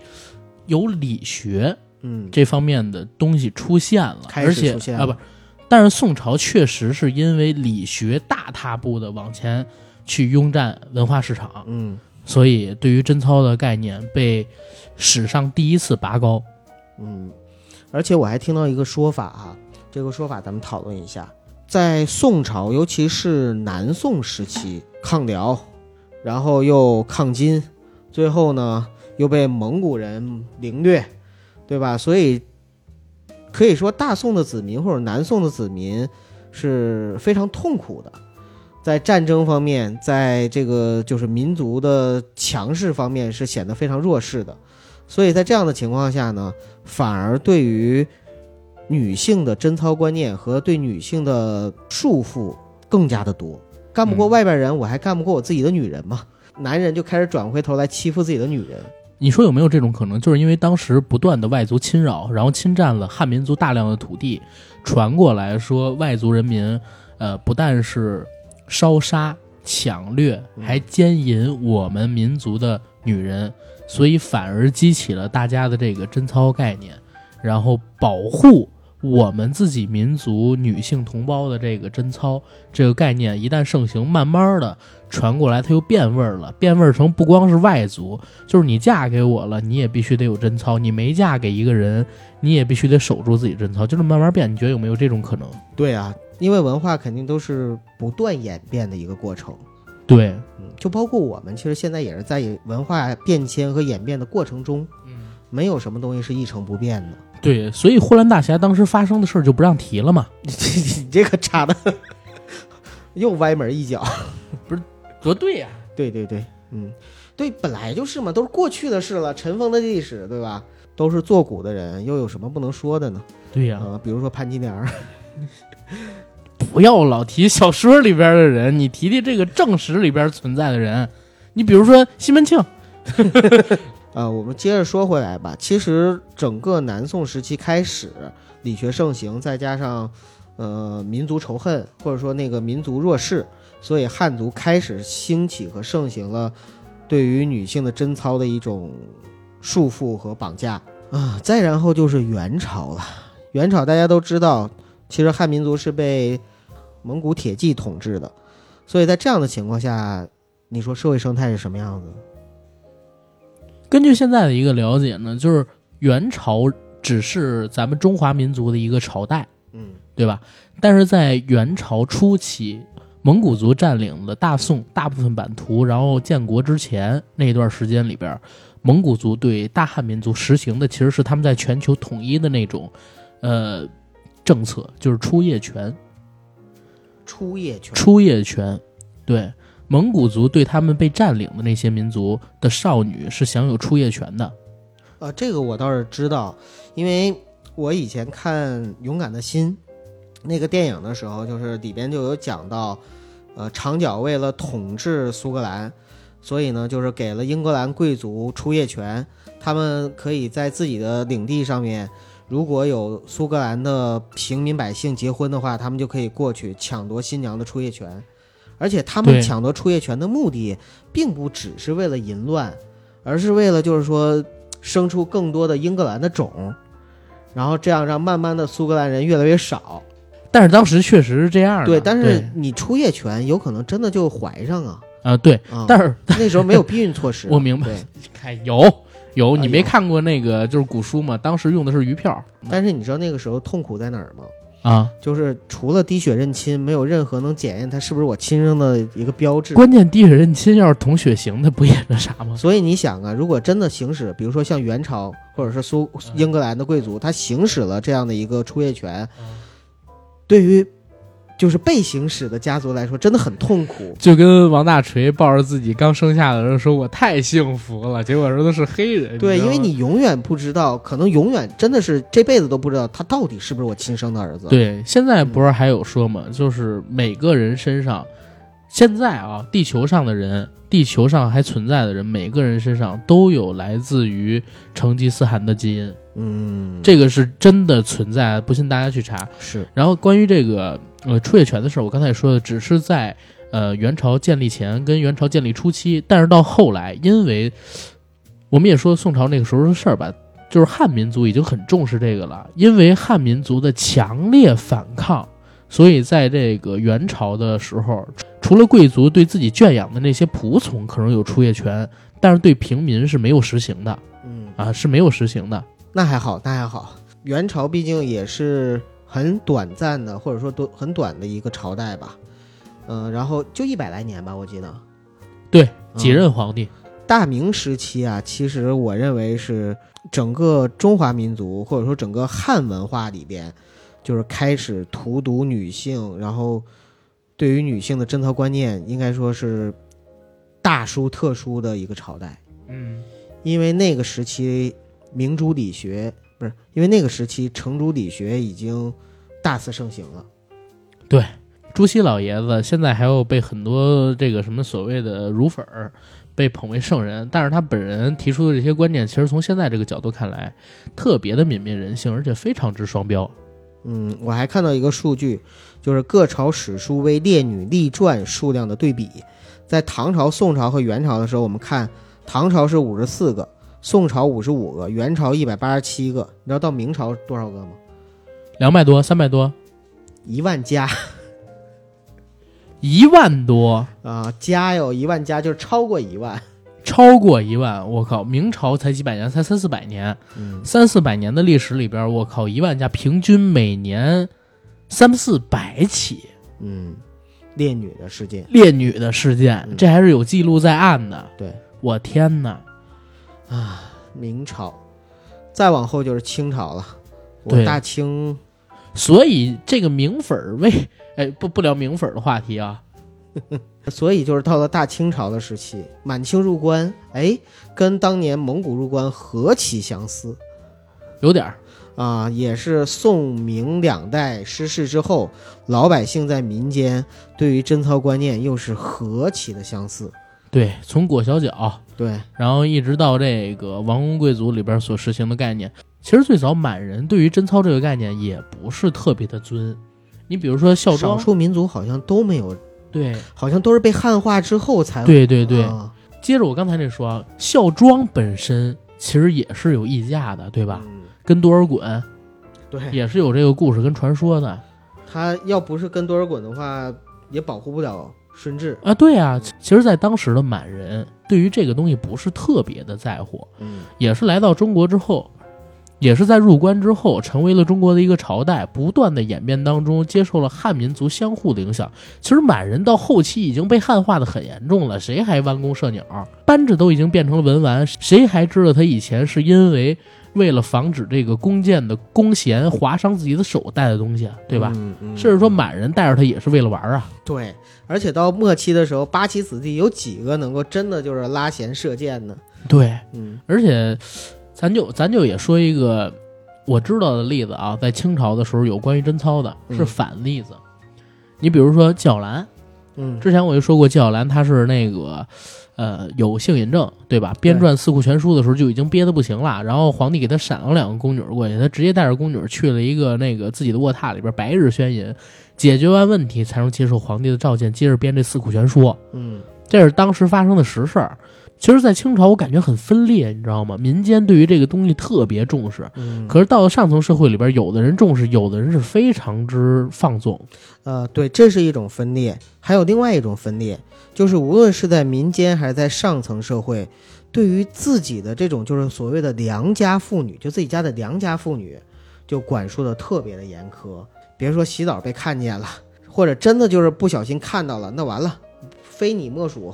Speaker 1: 有理学
Speaker 5: 嗯，
Speaker 1: 这方面的东西出现了，
Speaker 5: 开始
Speaker 1: 而且
Speaker 5: 出现
Speaker 1: 啊
Speaker 5: 了
Speaker 1: 不，但是宋朝确实是因为理学大踏步的往前去拥占文化市场，
Speaker 5: 嗯
Speaker 1: 所以对于贞操的概念被史上第一次拔高。
Speaker 5: 嗯，而且我还听到一个说法啊，这个说法咱们讨论一下。在宋朝，尤其是南宋时期，抗辽，然后又抗金，最后呢又被蒙古人凌掠，对吧？所以可以说，大宋的子民或者南宋的子民是非常痛苦的，在战争方面，在这个就是民族的强势方面是显得非常弱势的。所以在这样的情况下呢，反而对于女性的贞操观念和对女性的束缚更加的多。干不过
Speaker 1: 嗯
Speaker 5: 外边人，我还干不过我自己的女人嘛。男人就开始转回头来欺负自己的女人。
Speaker 1: 你说有没有这种可能？就是因为当时不断的外族侵扰，然后侵占了汉民族大量的土地，传过来说外族人民，呃，不但是烧杀抢掠，
Speaker 5: 嗯
Speaker 1: 还奸淫我们民族的女人，所以反而激起了大家的这个贞操概念，然后保护我们自己民族女性同胞的这个贞操这个概念一旦盛行，慢慢的传过来，它又变味儿了，变味儿成不光是外族，就是你嫁给我了，你也必须得有贞操；你没嫁给一个人，你也必须得守住自己贞操。就是慢慢变，你觉得有没有这种可能？
Speaker 5: 对啊，因为文化肯定都是不断演变的一个过程。
Speaker 1: 对，
Speaker 5: 嗯，就包括我们，其实现在也是在文化变迁和演变的过程中，
Speaker 1: 嗯，
Speaker 5: 没有什么东西是一成不变的。 (laughs)
Speaker 1: 对，所以呼兰大侠当时发生的事儿就不让提了嘛。
Speaker 5: 你这个插的 (laughs) 又歪门一脚。
Speaker 1: 多对呀、
Speaker 5: 对对对，嗯，对，本来就是嘛，都是过去的事了，尘封的历史，对吧？都是作古的人，又有什么不能说的呢？
Speaker 1: 对呀、
Speaker 5: 啊、比如说潘金莲儿，
Speaker 1: 不要老提小说里边的人，你提提这个正史里边存在的人。你比如说西门庆，
Speaker 5: 呃，我们接着说回来吧。其实整个南宋时期开始，理学盛行，再加上呃民族仇恨或者说那个民族弱势，所以汉族开始兴起和盛行了对于女性的贞操的一种束缚和绑架啊。再然后就是元朝了。元朝大家都知道，其实汉民族是被蒙古铁骑统治的，所以在这样的情况下，你说社会生态是什么样子？
Speaker 1: 根据现在的一个了解呢，就是元朝只是咱们中华民族的一个朝代，
Speaker 5: 嗯，
Speaker 1: 对吧？但是在元朝初期，蒙古族占领了大宋大部分版图，然后建国之前那段时间里边，蒙古族对大汉民族实行的其实是他们在全球统一的那种，呃，政策，就是出业权。
Speaker 5: 出业权
Speaker 1: 出业权。对，蒙古族对他们被占领的那些民族的少女是享有出业权的。
Speaker 5: 呃，这个我倒是知道，因为我以前看《勇敢的心》那个电影的时候，就是里边就有讲到，呃，长角为了统治苏格兰，所以呢，就是给了英格兰贵族出业权，他们可以在自己的领地上面，如果有苏格兰的平民百姓结婚的话，他们就可以过去抢夺新娘的出业权。而且他们
Speaker 1: 对
Speaker 5: 抢夺出业权的目的，并不只是为了淫乱，而是为了就是说生出更多的英格兰的种，然后这样让慢慢的苏格兰人越来越少。
Speaker 1: 但是当时确实是这样的。
Speaker 5: 对，但是
Speaker 1: 啊、
Speaker 5: 你出业权有可能真的就怀上
Speaker 1: (laughs)
Speaker 5: 啊
Speaker 1: 对，
Speaker 5: 啊！
Speaker 1: 但是，
Speaker 5: 那时候没有避孕措施
Speaker 1: 我明白
Speaker 5: 对
Speaker 1: 哎有有，你
Speaker 5: 啊
Speaker 1: 没
Speaker 5: 有
Speaker 1: 看过那个就是古书吗？当时用的是鱼票
Speaker 5: 但是你知道那个时候痛苦在哪儿吗？
Speaker 1: 啊。
Speaker 5: 就是除了滴血认亲，没有任何能检验他是不是我亲生的一个标志。
Speaker 1: 关键滴血认亲要是同血型的，不也那啥吗？
Speaker 5: (laughs) 所以你想啊，如果真的行使，比如说像元朝或者是苏
Speaker 1: 嗯
Speaker 5: 英格兰的贵族，他行使了这样的一个出业权，
Speaker 1: 嗯
Speaker 5: 对于就是被行使的家族来说，真的很痛苦。
Speaker 1: (laughs) 就跟王大锤抱着自己刚生下的人说：“我太幸福了。”结果儿子是黑人。
Speaker 5: 对，
Speaker 1: 知道
Speaker 5: 因
Speaker 1: 吗
Speaker 5: 为你永远不知道，可能永远真的是这辈子都不知道他到底是不是我亲生的儿子。，
Speaker 1: 对，现在不是还有说嘛，就是每个人身上，现在啊，地球上的人，地球上还存在的人，每个人身上都有来自于成吉思汗的基因，
Speaker 5: 嗯，
Speaker 1: 这个是真的存在，不信大家去查。
Speaker 5: 是
Speaker 1: 然后关于这个呃出业权的事儿，我刚才也说的，只是在呃元朝建立前跟元朝建立初期，但是到后来，因为我们也说宋朝那个时候的事儿吧，就是汉民族已经很重视这个了，因为汉民族的强烈反抗。所以，在这个元朝的时候，除了贵族对自己圈养的那些仆从可能有出业权，但是对平民是没有实行的
Speaker 5: 嗯
Speaker 1: 啊，是没有实行的。
Speaker 5: 那还好，那还好。元朝毕竟也是很短暂的，或者说多很短的一个朝代吧。嗯、然后就一百来年吧，我记得。
Speaker 1: 对，几
Speaker 5: 嗯
Speaker 1: 任皇帝，
Speaker 5: 大明时期啊，其实我认为是整个中华民族或者说整个汉文化里边，就是开始荼毒女性，然后对于女性的贞操观念，应该说是大书特书的一个朝代。
Speaker 1: 嗯，
Speaker 5: 因为那个时期明珠理学不是，因为那个时期程朱理学已经大肆盛行了。
Speaker 1: 朱熹老爷子现在还有被很多这个什么所谓的儒粉儿被捧为圣人，但是他本人提出的这些观念，其实从现在这个角度看来，特别的泯灭人性，而且非常之双标。
Speaker 5: 嗯，我还看到一个数据，就是各朝史书为列女立传数量的对比。在唐朝、宋朝和元朝的时候，我们看唐朝是五十四个，宋朝五十五个，元朝一百八十七个。你知道到明朝多少个吗？
Speaker 1: 两百多、三百多、
Speaker 5: 一万加
Speaker 1: 一万多，
Speaker 5: 啊，加有一万加就是超过一万。
Speaker 1: 超过一万，我靠！明朝才几百年，才三四百年，
Speaker 5: 嗯，
Speaker 1: 三四百年的历史里边，我靠，一万家平均每年三四百起
Speaker 5: 嗯，列女的事件，
Speaker 1: 烈女的事件，
Speaker 5: 嗯
Speaker 1: 这还是有记录在案的。
Speaker 5: 对，
Speaker 1: 我天哪！
Speaker 5: 明朝，再往后就是清朝了。我
Speaker 1: 对
Speaker 5: 大清
Speaker 1: 所以这个明粉儿为， (laughs) 哎，不不聊明粉儿的话题啊，
Speaker 5: 所以就是到了大清朝的时期，满清入关，哎，跟当年蒙古入关何其相似
Speaker 1: 有点儿，
Speaker 5: 啊！也是宋明两代失势之后，老百姓在民间对于贞操观念又是何其的相似。
Speaker 1: 对，从裹小脚，
Speaker 5: 对，
Speaker 1: 然后一直到这个王公贵族里边所实行的概念，其实最早满人对于贞操这个概念也不是特别的尊。你比如说孝
Speaker 5: 少
Speaker 1: 庄，
Speaker 5: 数民族好像都没有，
Speaker 1: 对
Speaker 5: 好像都是被汉化之后才
Speaker 1: 对对对。
Speaker 5: 啊
Speaker 1: 接着我刚才那说啊，孝庄本身其实也是有溢价的，对吧？
Speaker 5: 嗯
Speaker 1: 跟多尔衮
Speaker 5: 对，
Speaker 1: 也是有这个故事跟传说的
Speaker 5: 他要不是跟多尔衮的话，也保护不了顺治。
Speaker 1: 啊。对啊，其其实，在当时的满人对于这个东西不是特别的在乎，
Speaker 5: 嗯，
Speaker 1: 也是来到中国之后，也是在入关之后，成为了中国的一个朝代，不断的演变当中，接受了汉民族相互的影响。其实满人到后期已经被汉化的很严重了，谁还弯弓射鸟？扳指都已经变成了文玩，谁还知道他以前是因为为了防止这个弓箭的弓弦划伤自己的手带的东西啊，对吧？
Speaker 5: 嗯？嗯
Speaker 1: 甚至说满人带着它也是为了玩儿啊，
Speaker 5: 对，而且到末期的时候，八旗子弟有几个能够真的就是拉弦射箭呢？
Speaker 1: 对，
Speaker 5: 嗯
Speaker 1: 而且，咱就咱就也说一个我知道的例子啊，在清朝的时候有关于贞操的，
Speaker 5: 嗯
Speaker 1: 是反例子。你比如说纪晓岚，
Speaker 5: 嗯，
Speaker 1: 之前我就说过纪晓岚他是那个呃有性瘾症，对吧？编撰《四库全书》的时候就已经憋得不行了，然后皇帝给他闪了两个宫女过去，他直接带着宫女去了一个那个自己的卧榻里边白日宣淫，解决完问题才能接受皇帝的召见，接着编这《四库全书》。
Speaker 5: 嗯
Speaker 1: 这是当时发生的实事儿。其实，在清朝，我感觉很分裂，你知道吗？民间对于这个东西特别重视，
Speaker 5: 嗯，
Speaker 1: 可是到了上层社会里边，有的人重视，有的人是非常之放纵。
Speaker 5: (laughs) 呃，对，这是一种分裂，还有另外一种分裂，就是无论是在民间还是在上层社会，对于自己的这种就是所谓的良家妇女，就自己家的良家妇女，就管束的特别的严苛。别说洗澡被看见了，或者真的就是不小心看到了，那完了，非你莫属。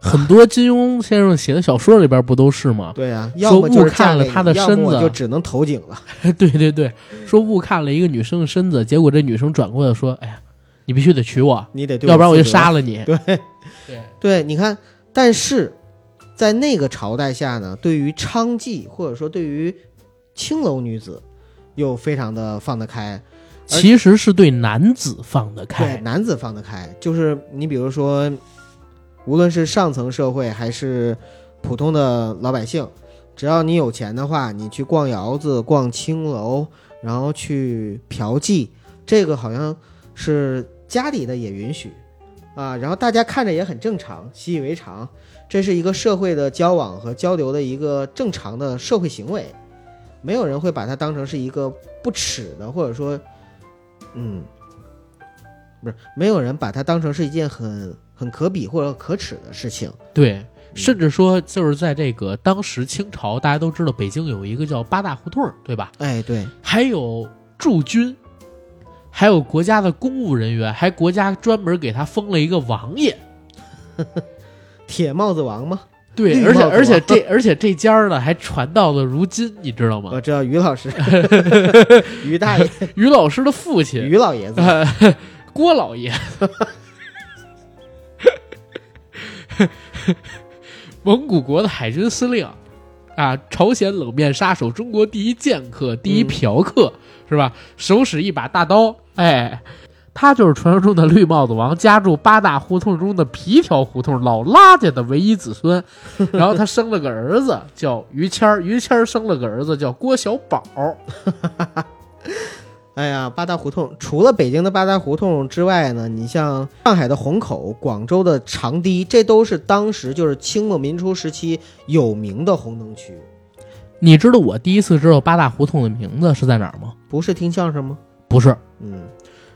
Speaker 1: 很多金庸先生写的小说里边不都是吗？ (laughs)
Speaker 5: 对啊，要么就是嫁
Speaker 1: 误看
Speaker 5: 给
Speaker 1: 了
Speaker 5: 你
Speaker 1: 她的
Speaker 5: 要么我
Speaker 1: 身子
Speaker 5: 就只能投井了。
Speaker 1: 对对对，
Speaker 5: 嗯
Speaker 1: 说误看了一个女生的身子，结果这女生转过来说：“哎呀，你必须得娶我，
Speaker 5: 你得对，
Speaker 1: 要不然我就杀
Speaker 5: 了。
Speaker 1: 了你。
Speaker 5: 对，
Speaker 1: 对
Speaker 5: 对，你看，但是在那个朝代下呢，对于娼妓或者说对于青楼女子，又非常的放得开，”
Speaker 1: 其实是对男子放得
Speaker 5: 对
Speaker 1: 开，
Speaker 5: 男子放得开，就是你比如说，无论是上层社会还是普通的老百姓，只要你有钱的话，你去逛窑子、逛青楼，然后去嫖妓，这个好像是家里的也允许啊，然后大家看着也很正常，习以为常，这是一个社会的交往和交流的一个正常的社会行为，没有人会把它当成是一个不耻的，或者说，嗯。不是没有人把它当成是一件很很可比或者可耻的事情。
Speaker 1: 对，甚至说就是在这个当时清朝，大家都知道北京有一个叫八大胡同儿，对吧？
Speaker 5: 哎，对，
Speaker 1: 还有驻军，还有国家的公务人员，还国家专门给他封了一个王爷。
Speaker 5: 铁帽子王嘛，绿
Speaker 1: 对，
Speaker 5: 帽
Speaker 1: 而且
Speaker 5: 子
Speaker 1: 而
Speaker 5: 王
Speaker 1: 且这而且这家儿呢还传到了如今，你知道吗
Speaker 5: 我？知道于老
Speaker 1: (laughs)
Speaker 5: 师，于大爷，
Speaker 1: 于老师的父亲
Speaker 5: 于老爷子，
Speaker 1: 呃， (laughs) 郭老爷，蒙古国的海军司令，啊，朝鲜冷面杀手，中国第一剑客，第
Speaker 5: 嗯
Speaker 1: 一嫖客，是吧？手使一把大刀，哎，他就是传说中的绿帽子王，家住八大胡同中的皮条胡同老拉家的唯一子孙。然后他生了个儿子叫于谦儿，于谦儿生了个儿子叫郭小宝。
Speaker 5: 哎呀，八大胡同，除了北京的八大胡同之外呢，你像上海的虹口、广州的长堤，这都是当时就是清末民初时期有名的红灯区。
Speaker 1: 你知道我第一次知道八大胡同的名字是在哪儿吗？
Speaker 5: 不是听相声吗？
Speaker 1: 不是，
Speaker 5: 嗯，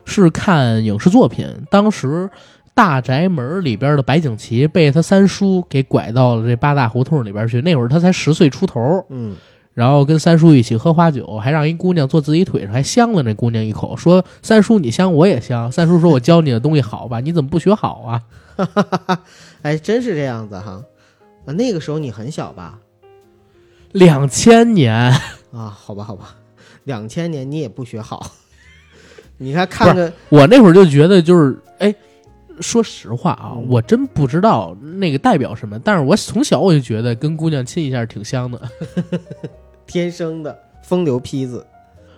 Speaker 1: 是看影视作品。当时大宅门里边的白景琦被他三叔给拐到了这八大胡同里边去。那会儿他才十岁出头，
Speaker 5: 嗯，
Speaker 1: 然后跟三叔一起喝花酒，还让一姑娘坐自己腿上，还香了那姑娘一口，说：“三叔你香，我也香。”三叔说：“我教你的东西好吧，你怎么不学好啊
Speaker 5: 哎，真是这样子哈。啊，那个时候你很小吧？？”
Speaker 1: 两千年，
Speaker 5: 啊，好吧，好吧，两千年你也不学好。 (laughs) 你看看个
Speaker 1: 我那会儿就觉得就是，哎，说实话啊，
Speaker 5: 嗯
Speaker 1: 我真不知道那个代表什么，但是我从小我就觉得跟姑娘亲一下挺香的。
Speaker 5: 天生的风流坯子，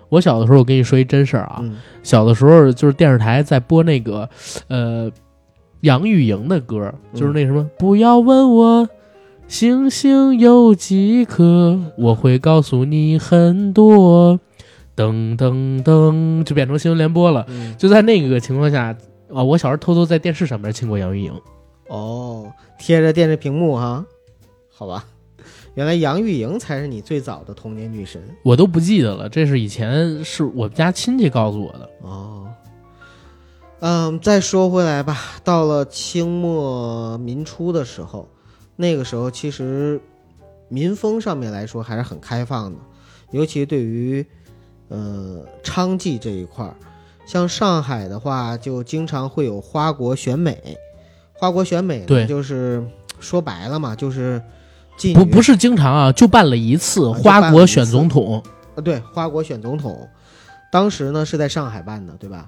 Speaker 1: 我小的时候，我跟你说一真事儿啊，
Speaker 5: 嗯
Speaker 1: 小的时候就是电视台在播那个，呃，杨钰莹的歌，
Speaker 5: 嗯
Speaker 1: 就是那什么，不要问我星星有几颗，我会告诉你很多，噔噔噔，就变成新闻联播了。
Speaker 5: 嗯，
Speaker 1: 就在那个情况下，啊，我小时候偷偷在电视上面亲过杨钰莹。
Speaker 5: 哦，贴着电视屏幕哈，好吧，原来杨钰莹才是你最早的童年女神
Speaker 1: 我都不记得了，这是以前是我们家亲戚告诉我的。
Speaker 5: 哦。嗯，再说回来吧，到了清末民初的时候，那个时候其实民风上面来说还是很开放的，尤其对于呃娼妓这一块儿，像上海的话，就经常会有花国选美，花国选美
Speaker 1: 对
Speaker 5: 呢，就是说白了嘛，就是妓
Speaker 1: 不
Speaker 5: 女
Speaker 1: 不是经常啊，就办了一次
Speaker 5: 啊嗯就
Speaker 1: 花
Speaker 5: 办
Speaker 1: 国
Speaker 5: 了一
Speaker 1: 选
Speaker 5: 次
Speaker 1: 总统。
Speaker 5: 啊，对，花国选总统，当时呢是在上海办的，对吧？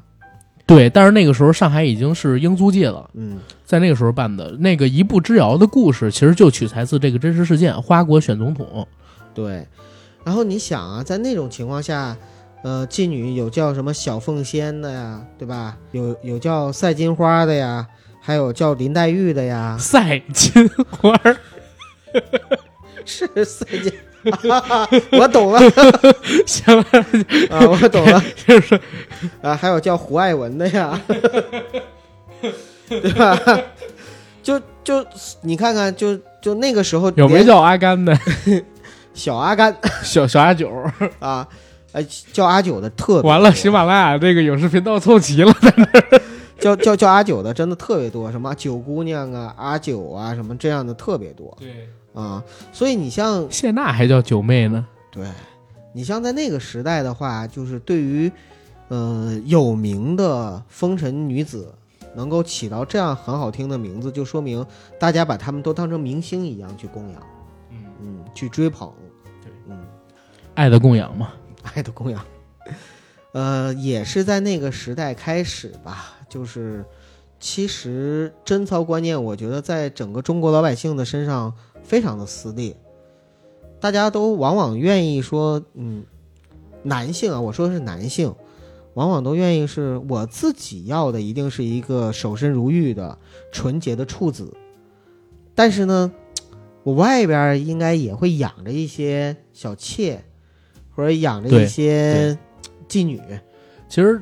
Speaker 1: 对，但是那个时候上海已经是英租界了，
Speaker 5: 嗯，
Speaker 1: 在那个时候办的那个一步之遥的故事，其实就取材自这个真实事件——花国选总统。，
Speaker 5: 对。然后你想啊，在那种情况下，呃，妓女有叫什么小凤仙的呀，对吧？有有叫赛金花的呀，还有叫林黛玉的呀 (laughs)
Speaker 1: 赛金花儿，
Speaker 5: 是赛金。啊、我
Speaker 1: (laughs)
Speaker 5: 懂了
Speaker 1: 行了，
Speaker 5: 啊，我懂了
Speaker 1: (laughs) 就是
Speaker 5: 啊，还有叫胡爱文的
Speaker 1: (laughs)
Speaker 5: 呀，对吧？就就你看看，就就那个时候
Speaker 1: 有没
Speaker 5: 连
Speaker 1: 叫阿甘的
Speaker 5: 小阿甘
Speaker 1: (laughs)
Speaker 5: (coughs)
Speaker 1: 小小阿九儿？
Speaker 5: 啊，呃，叫阿九的特别
Speaker 1: 完了，
Speaker 5: 多
Speaker 1: 喜马拉雅这个影视频道凑齐 (laughs) 了。
Speaker 5: 叫叫叫阿九的真的特别多，什么九姑娘啊、阿九啊什么这样的特别多
Speaker 1: 对，
Speaker 5: 啊、所以你像
Speaker 1: 谢娜还叫九妹呢。
Speaker 5: 对，你像在那个时代的话，就是对于呃有名的风尘女子能够起到这样很好听的名字，就说明大家把她们都当成明星一样去供养，
Speaker 1: 嗯，
Speaker 5: 嗯，去追捧，
Speaker 1: 对，
Speaker 5: 嗯，
Speaker 1: 爱的供养嘛。
Speaker 5: 爱的供养。呃，也是在那个时代开始吧，就是其实贞操观念，我觉得在整个中国老百姓的身上非常的撕裂，大家都往往愿意说，嗯，男性啊，我说的是男性，往往都愿意是我自己要的一定是一个守身如玉的纯洁的处子，但是呢，我外边儿应该也会养着一些小妾，或者养着
Speaker 1: 对
Speaker 5: 一些妓女，
Speaker 1: 其实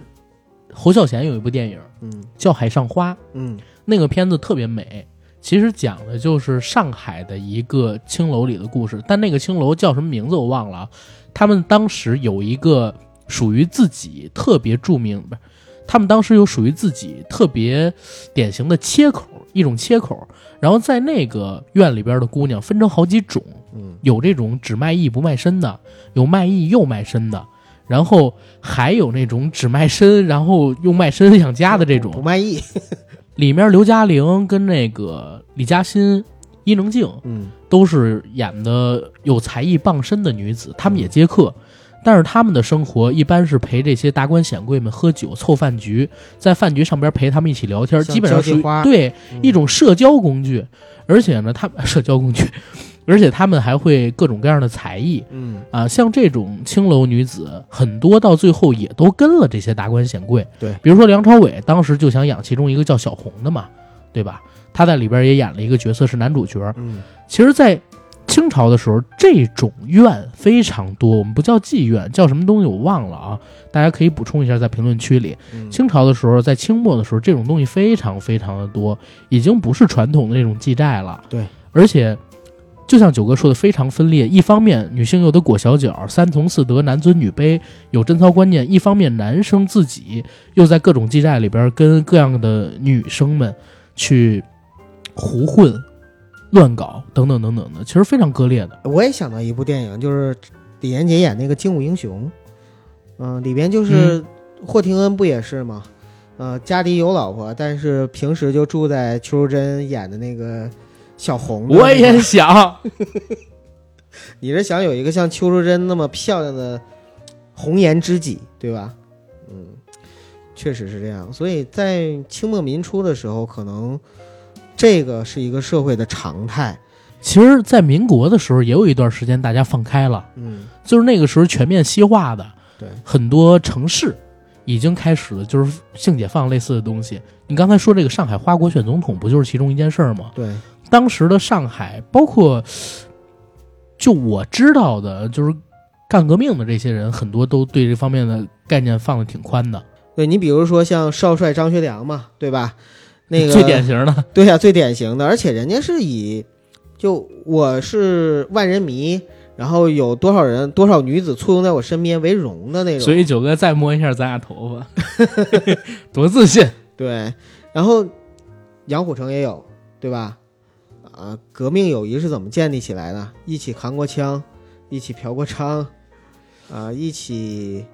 Speaker 1: 侯孝贤有一部电影
Speaker 5: 嗯
Speaker 1: 叫《海上花》，
Speaker 5: 嗯
Speaker 1: 那个片子特别美。其实讲的就是上海的一个青楼里的故事，但那个青楼叫什么名字我忘了啊。他们当时有一个属于自己特别著名，不是，他们当时有属于自己特别典型的切口，一种切口。然后在那个院里边的姑娘分成好几种，
Speaker 5: 嗯，
Speaker 1: 有这种只卖艺不卖身的，有卖艺又卖身的，然后还有那种只卖身然后又卖身养家的这种
Speaker 5: 不。卖艺，
Speaker 1: 里面刘嘉玲跟那个李嘉欣、伊能静
Speaker 5: 嗯
Speaker 1: 都是演的有才艺傍身的女子，她们也接客，但是她们的生活一般是陪这些达官显贵们喝酒凑饭局，在饭局上边陪他们一起聊天，
Speaker 5: 像
Speaker 1: 基本上
Speaker 5: 交际
Speaker 1: 属于
Speaker 5: 花
Speaker 1: 对
Speaker 5: 嗯
Speaker 1: 一种社交工具，而且呢，他 (laughs) 们社交工具，而且他们还会各种各样的才艺。
Speaker 5: 嗯，
Speaker 1: 啊，像这种青楼女子，很多到最后也都跟了这些达官显贵。
Speaker 5: 对
Speaker 1: 比如说梁朝伟当时就想养其中一个叫小红的嘛，对吧？他在里边也演了一个角色是男主角。
Speaker 5: 嗯
Speaker 1: 其实，在清朝的时候，这种院非常多，我们不叫妓院，叫什么东西我忘了啊，大家可以补充一下在评论区里。
Speaker 5: 嗯
Speaker 1: 清朝的时候，在清末的时候，这种东西非常非常的多，已经不是传统的那种记债了。
Speaker 5: 对，
Speaker 1: 而且就像九哥说的，非常分裂。一方面，女性又得裹小脚，三从四德，男尊女卑，有贞操观念；一方面，男生自己又在各种记债里边跟各样的女生们去胡混、乱搞等等等等的，其实非常割裂的。
Speaker 5: 我也想到一部电影，就是李连杰演那个《精武英雄》，嗯、里边就是霍廷恩不也是吗？呃，家里有老婆，但是平时就住在邱淑贞演的那个小红的那个。
Speaker 1: 我也想，
Speaker 5: 你是想有一个像邱淑贞那么漂亮的红颜知己，对吧？嗯，确实是这样。所以在清末民初的时候，可能这个是一个社会的常态。
Speaker 1: 其实，在民国的时候也有一段时间大家放开了。
Speaker 5: 嗯，
Speaker 1: 就是那个时候全面西化的，
Speaker 5: 对
Speaker 1: 很多城市已经开始了就是性解放类似的东西。你刚才说这个上海花国选总统不就是其中一件事儿吗？
Speaker 5: 对，
Speaker 1: 当时的上海，包括就我知道的，就是干革命的这些人，很多都对这方面的概念放的挺宽的。
Speaker 5: 对你比如说像少帅张学良嘛，对吧？那个
Speaker 1: 最典型的，
Speaker 5: 对呀、最典型的，而且人家是以就我是万人迷，然后有多少人多少女子簇拥在我身边为荣的那种。
Speaker 1: 所以九哥再摸一下咱俩头发， (laughs) 多自信！
Speaker 5: 对，然后杨虎城也有，对吧？啊，革命友谊是怎么建立起来的？一起扛过枪，一起嫖过娼，啊，一起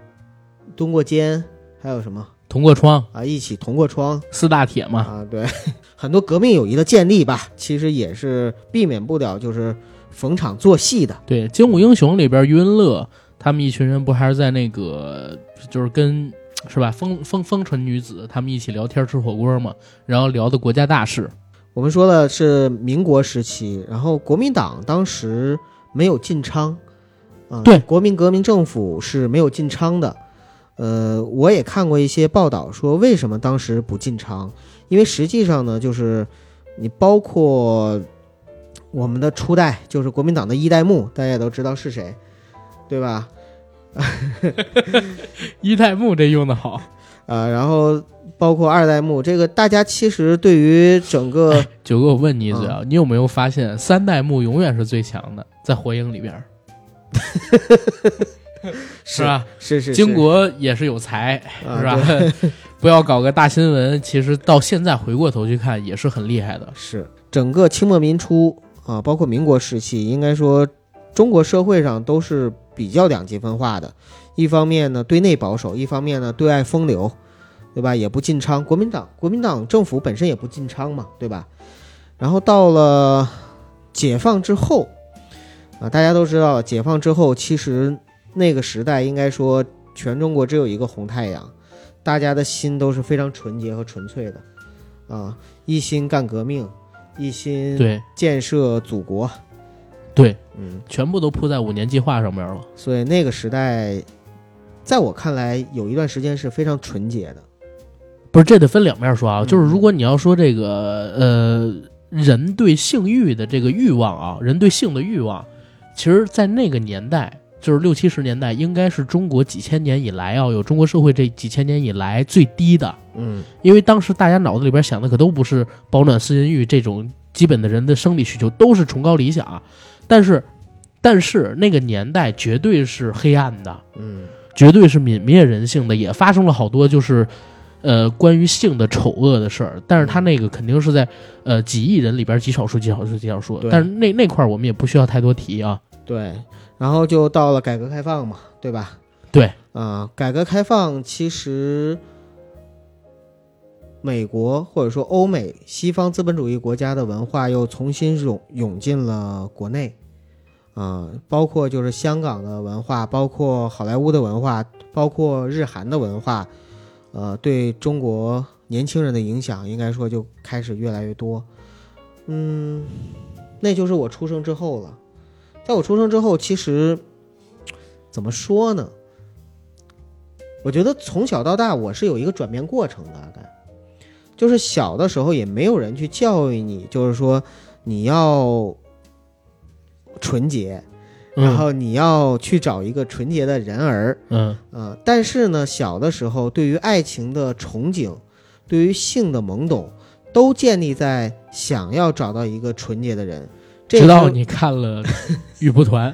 Speaker 5: 蹲过监，还有什么
Speaker 1: 同过窗，
Speaker 5: 啊？一起同过窗
Speaker 1: 四大铁嘛，
Speaker 5: 啊，对， (laughs) 很多革命友谊的建立吧，其实也是避免不了就是逢场作戏的。
Speaker 1: 对，《精武英雄》里边余文乐他们一群人不还是在那个就是跟是吧风风风尘女子他们一起聊天吃火锅嘛，然后聊的国家大事，
Speaker 5: 我们说的是民国时期，然后国民党当时没有进昌，啊、
Speaker 1: 对
Speaker 5: 国民革命政府是没有进昌的。呃，我也看过一些报道说，为什么当时不进昌？因为实际上呢，就是你包括我们的初代，就是国民党的一代目，大家也都知道是谁，对吧？
Speaker 1: 一代目这用的好，
Speaker 5: 呃，然后包括二代目，这个大家其实对于整个
Speaker 1: 九哥，我问你一嘴啊，
Speaker 5: 嗯
Speaker 1: 你有没有发现三代目永远是最强的，在火影里边是吧？
Speaker 5: 是是
Speaker 1: 金国也是有才，
Speaker 5: 啊
Speaker 1: 是吧？ (laughs) 不要搞个大新闻，其实到现在回过头去看也是很厉害的。
Speaker 5: 是整个清末民初啊，包括民国时期，应该说中国社会上都是比较两极分化的。一方面呢对内保守，一方面呢对外风流，对吧？也不进昌，国民党国民党政府本身也不进昌嘛，对吧？然后到了解放之后啊，大家都知道，解放之后其实那个时代应该说全中国只有一个红太阳，大家的心都是非常纯洁和纯粹的啊，一心干革命，一心
Speaker 1: 对
Speaker 5: 建设祖国。
Speaker 1: 对，
Speaker 5: 嗯，
Speaker 1: 全部都扑在五年计划上面了。
Speaker 5: 所以那个时代，在我看来，有一段时间是非常纯洁的。
Speaker 1: 不是，这得分两面说啊。
Speaker 5: 嗯
Speaker 1: 就是如果你要说这个呃，人对性欲的这个欲望啊，人对性的欲望，其实，在那个年代，就是六七十年代，应该是中国几千年以来啊，有中国社会这几千年以来最低的。
Speaker 5: 嗯，
Speaker 1: 因为当时大家脑子里边想的可都不是保暖思淫欲这种基本的人的生理需求，都是崇高理想。啊但是，但是那个年代绝对是黑暗的，
Speaker 5: 嗯，
Speaker 1: 绝对是泯灭人性的，也发生了好多就是，呃，关于性的丑恶的事儿。但是他那个肯定是在呃几亿人里边极少数、极少数、极少数
Speaker 5: 对。
Speaker 1: 但是那那块儿我们也不需要太多提啊。
Speaker 5: 对。然后就到了改革开放嘛，对吧？
Speaker 1: 对
Speaker 5: 啊、改革开放其实美国或者说欧美西方资本主义国家的文化又重新涌涌进了国内，啊、包括就是香港的文化，包括好莱坞的文化，包括日韩的文化，呃，对中国年轻人的影响，应该说就开始越来越多。嗯，那就是我出生之后了。在我出生之后，其实怎么说呢？我觉得从小到大，我是有一个转变过程的，大概就是小的时候也没有人去教育你，就是说你要纯洁，然
Speaker 1: 嗯
Speaker 5: 后你要去找一个纯洁的人儿，
Speaker 1: 嗯，
Speaker 5: 啊，但是呢，小的时候对于爱情的憧憬，对于性的懵懂，都建立在想要找到一个纯洁的人。这也
Speaker 1: 直到
Speaker 5: 是
Speaker 1: 你看了《玉蒲
Speaker 5: (laughs)
Speaker 1: 团》，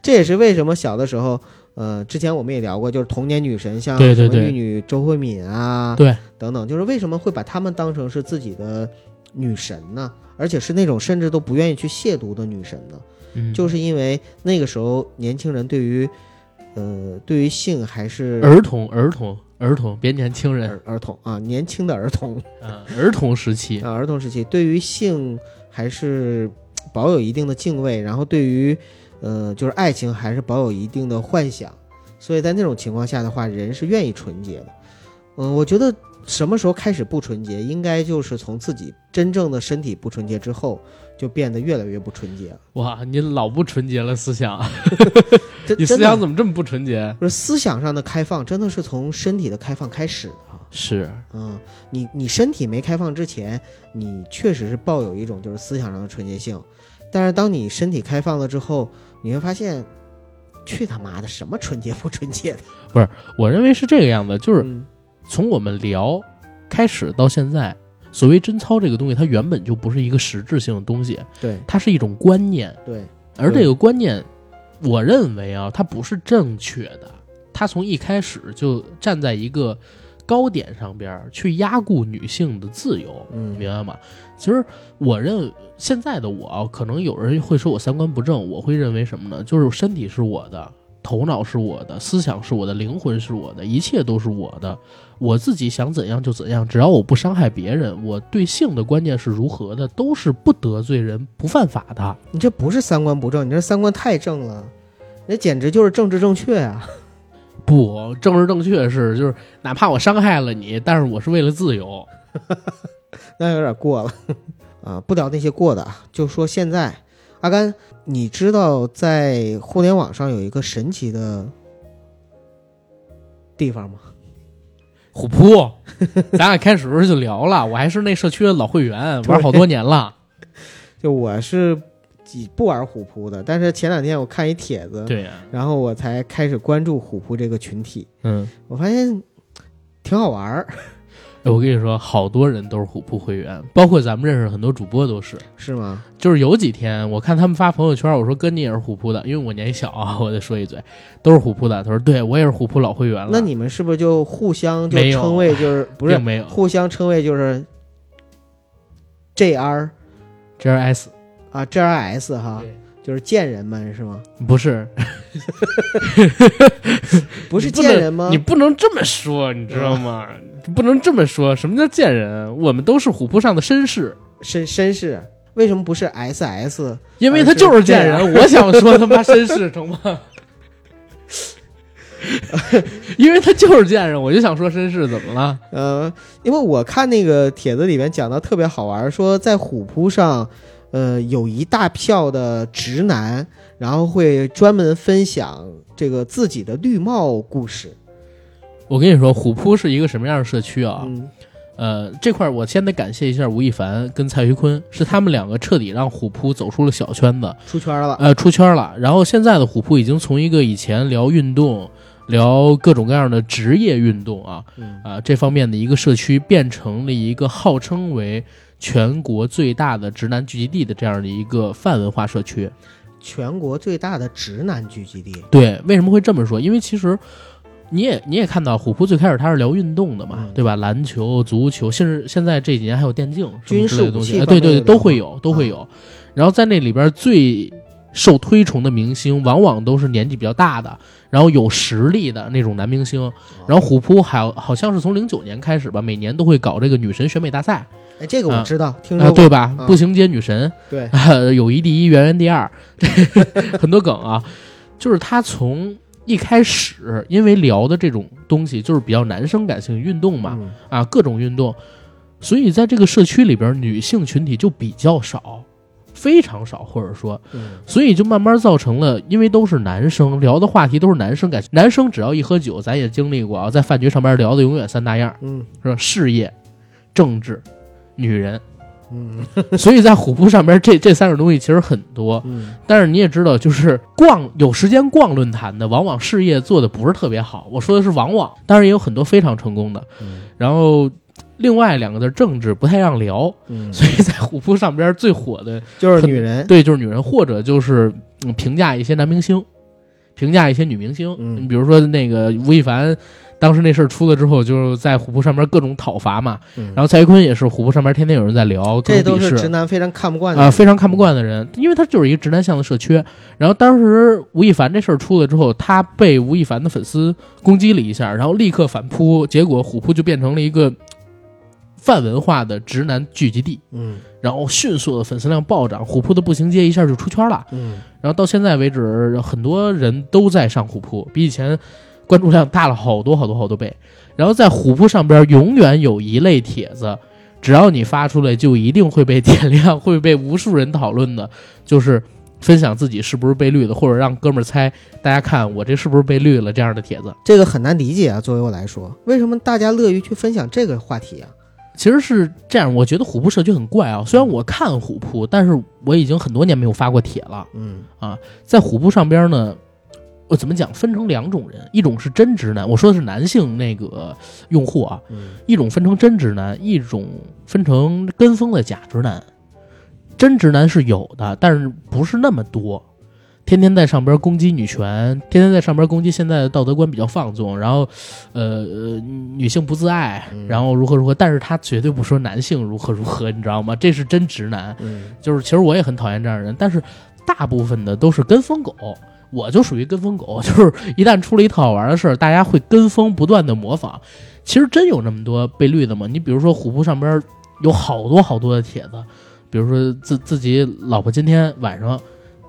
Speaker 5: 这也是为什么小的时候，呃，之前我们也聊过，就是童年女神，像
Speaker 1: 对对
Speaker 5: 什么
Speaker 1: 对
Speaker 5: 玉女周慧敏啊，
Speaker 1: 对
Speaker 5: 等等，就是为什么会把她们当成是自己的女神呢？而且是那种甚至都不愿意去亵渎的女神呢？
Speaker 1: 嗯，
Speaker 5: 就是因为那个时候年轻人对于，呃，对于性还是
Speaker 1: 儿童、儿童、儿童，别年轻人
Speaker 5: 儿儿童啊，年轻的儿童
Speaker 1: 嗯，儿童时期，
Speaker 5: 啊，儿童时期对于性还是呃保有一定的敬畏，然后对于呃就是爱情还是保有一定的幻想，所以在那种情况下的话，人是愿意纯洁的。嗯，我觉得什么时候开始不纯洁，应该就是从自己真正的身体不纯洁之后，就变得越来越不纯洁了。
Speaker 1: 哇，你老不纯洁了思想，
Speaker 5: 真
Speaker 1: 你
Speaker 5: 啊真
Speaker 1: 思
Speaker 5: 的
Speaker 1: 想怎么这么不纯洁？
Speaker 5: 不是思想上的开放，真的是从身体的开放开始的啊。
Speaker 1: 是，
Speaker 5: 嗯，你你身体没开放之前，你确实是抱有一种就是思想上的纯洁性，但是当你身体开放了之后，你会发现，去他妈的什么纯洁不纯洁的，
Speaker 1: 我认为是这个样子，就是
Speaker 5: 嗯
Speaker 1: 从我们聊开始到现在，所谓贞操这个东西，它原本就不是一个实质性的东西，
Speaker 5: 对
Speaker 1: 它是一种观念，
Speaker 5: 对，
Speaker 1: 而
Speaker 5: 对
Speaker 1: 这个观念，我认为啊，它不是正确的，它从一开始就站在一个高点上边儿去压固女性的自由，
Speaker 5: 嗯
Speaker 1: 明白吗？其实我认现在的我啊，可能有人会说我三观不正，我会认为什么呢？就是身体是我的，头脑是我的，思想是我的，灵魂是我的，一切都是我的，我自己想怎样就怎样，只要我不伤害别人，我对性的观念是如何的，都是不得罪人、不犯法的。
Speaker 5: 你这不是三观不正，你这三观太正了，那简直就是政治正确啊！ (laughs)
Speaker 1: 不，政治正确是就是，哪怕我伤害了你，但是我是为了自由。
Speaker 5: 那有点过了啊！不聊那些过的啊，就说现在，阿甘，你知道在互联网上有一个神奇的地方吗？
Speaker 1: 虎扑， (laughs) 咱俩开始的时候就聊了，我还是那社区的老会员，玩好多年了。
Speaker 5: 就我是几不玩虎扑的，但是前两天我看一帖子，
Speaker 1: 对呀，
Speaker 5: 然后我才开始关注虎扑这个群体，
Speaker 1: 嗯，
Speaker 5: 我发现挺好玩儿，
Speaker 1: 哎我跟你说，好多人都是虎扑会员，包括咱们认识很多主播都是。
Speaker 5: 是吗？
Speaker 1: 就是有几天我看他们发朋友圈，我说哥你也是虎扑的，因为我年纪小啊，我得说一嘴，都是虎扑的。他说对我也是虎扑老会员了。
Speaker 5: 那你们是不是就互相就
Speaker 1: 没有
Speaker 5: 称谓就是不是
Speaker 1: 并没有
Speaker 5: 互相称谓就是 J R
Speaker 1: G R S
Speaker 5: 啊 J R S 哈，就是贱人们是吗？
Speaker 1: 不是，
Speaker 5: 不是
Speaker 1: 你能
Speaker 5: 贱人吗
Speaker 1: 你？不能这么说，你知道吗？不能这么说。什么叫贱人？我们都是虎扑上的绅士，
Speaker 5: 绅绅士为什么不是 S S？
Speaker 1: 因为他就是贱
Speaker 5: 啊
Speaker 1: 人。我想说他妈绅士，成吗？ (laughs) 因为他就是贱人，我就想说绅士怎么了？
Speaker 5: 呃，因为我看那个帖子里面讲到特别好玩儿，说在虎扑上，呃，有一大票的直男，然后会专门分享这个自己的绿帽故事。
Speaker 1: 我跟你说，虎扑是一个什么样的社区啊？
Speaker 5: 嗯，
Speaker 1: 呃，这块儿我先得感谢一下吴亦凡跟蔡徐坤，是他们两个彻底让虎扑走出了小圈子，
Speaker 5: 出圈了。
Speaker 1: 呃，出圈了。然后现在的虎扑已经从一个以前聊运动、聊各种各样的职业运动啊
Speaker 5: 嗯
Speaker 1: 啊、这方面的一个社区，变成了一个号称为全国最大的直男聚集地的这样的一个泛文化社区。
Speaker 5: 全国最大的直男聚集地。
Speaker 1: 对，为什么会这么说？因为其实你也你也看到，虎扑最开始它是聊运动的嘛，
Speaker 5: 嗯
Speaker 1: 对吧？篮球、足球，甚至现在这几年还有电竞、什么
Speaker 5: 军
Speaker 1: 之
Speaker 5: 事
Speaker 1: 类的
Speaker 5: 武
Speaker 1: 东
Speaker 5: 器
Speaker 1: 西，啊
Speaker 5: 方
Speaker 1: 对
Speaker 5: 面
Speaker 1: 对
Speaker 5: 也
Speaker 1: 对，
Speaker 5: 聊
Speaker 1: 都会
Speaker 5: 嘛
Speaker 1: 有，都会
Speaker 5: 啊
Speaker 1: 有。然后在那里边最受推崇的明星，往往都是年纪比较大的，然后有实力的那种男明
Speaker 5: 啊
Speaker 1: 星。然后虎扑还好像是从零九年开始吧，每年都会搞这个女神选美大赛，
Speaker 5: 哎，这个我
Speaker 1: 啊
Speaker 5: 知道，听
Speaker 1: 啊、
Speaker 5: 说过。
Speaker 1: 对吧？
Speaker 5: 嗯
Speaker 1: 步行街女神，
Speaker 5: 对
Speaker 1: 啊， (laughs) 友谊第一，圆圆第二， (laughs) 很多梗啊。就是他从一开始，因为聊的这种东西就是比较男生感性运动嘛，
Speaker 5: 嗯
Speaker 1: 啊，各种运动，所以在这个社区里边，女性群体就比较少，非常少，或者说，
Speaker 5: 嗯
Speaker 1: 所以就慢慢造成了，因为都是男生聊的话题都是男生感，男生只要一喝酒，咱也经历过啊，在饭局上边聊的永远三大样儿，
Speaker 5: 嗯
Speaker 1: 是吧？事业、政治、女人。
Speaker 5: 嗯
Speaker 1: 所以在虎扑上边这这三种东西其实很多，
Speaker 5: 嗯，
Speaker 1: 但是你也知道，就是逛有时间逛论坛的，往往事业做的不是特别好。我说的是往往，当然也有很多非常成功的。
Speaker 5: 嗯
Speaker 1: 然后另外两个字儿政治不太让聊，
Speaker 5: 嗯，
Speaker 1: 所以在虎扑上边最火的，
Speaker 5: 就是女人。
Speaker 1: 对，就是女人或者就是、嗯评价一些男明星，评价一些女明星。
Speaker 5: 嗯
Speaker 1: 你比如说那个吴亦凡。当时那事儿出了之后，就是在虎扑上边各种讨伐嘛，
Speaker 5: 嗯
Speaker 1: 然后蔡徐坤也是虎扑上边天天有人在聊，各
Speaker 5: 这
Speaker 1: 种
Speaker 5: 都
Speaker 1: 鄙
Speaker 5: 是
Speaker 1: 视
Speaker 5: 直男非常看不惯的
Speaker 1: 啊、非常看不惯的人，因为他就是一个直男向的社区。然后当时吴亦凡这事儿出了之后，他被吴亦凡的粉丝攻击了一下，然后立刻反扑，结果虎扑就变成了一个泛文化的直男聚集地，
Speaker 5: 嗯
Speaker 1: 然后迅速的粉丝量暴涨，虎扑的步行街一下就出圈了。
Speaker 5: 嗯
Speaker 1: 然后到现在为止，很多人都在上虎扑，比以前关注量大了好多好多好多倍。然后在虎扑上边，永远有一类帖子，只要你发出来，就一定会被点亮，会被无数人讨论的，就是分享自己是不是被绿的，或者让哥们儿猜，大家看我这是不是被绿了这样的帖子。
Speaker 5: 这个很难理解啊。作为我来说，为什么大家乐于去分享这个话题啊？
Speaker 1: 其实是这样，我觉得虎扑社区很怪啊。虽然我看虎扑，但是我已经很多年没有发过帖了。
Speaker 5: 嗯
Speaker 1: 在虎扑上边呢，我怎么讲？分成两种人，一种是真直男，我说的是男性那个用户啊，
Speaker 5: 嗯
Speaker 1: 一种分成真直男，一种分成跟风的假直男。真直男是有的，但是不是那么多。天天在上边攻击女权，天天在上边攻击现在的道德观比较放纵，然后，呃，呃女性不自爱，然后如何如何，但是他绝对不说男性如何如何，你知道吗？这是真直男。
Speaker 5: 嗯
Speaker 1: 就是其实我也很讨厌这样的人，但是大部分的都是跟风狗，我就属于跟风狗， (laughs) 就是一旦出了一特好玩的事儿，大家会跟风不断的模仿。其实真有那么多被绿的吗？你比如说虎扑上边有好多好多的帖子，比如说自自己老婆今天晚上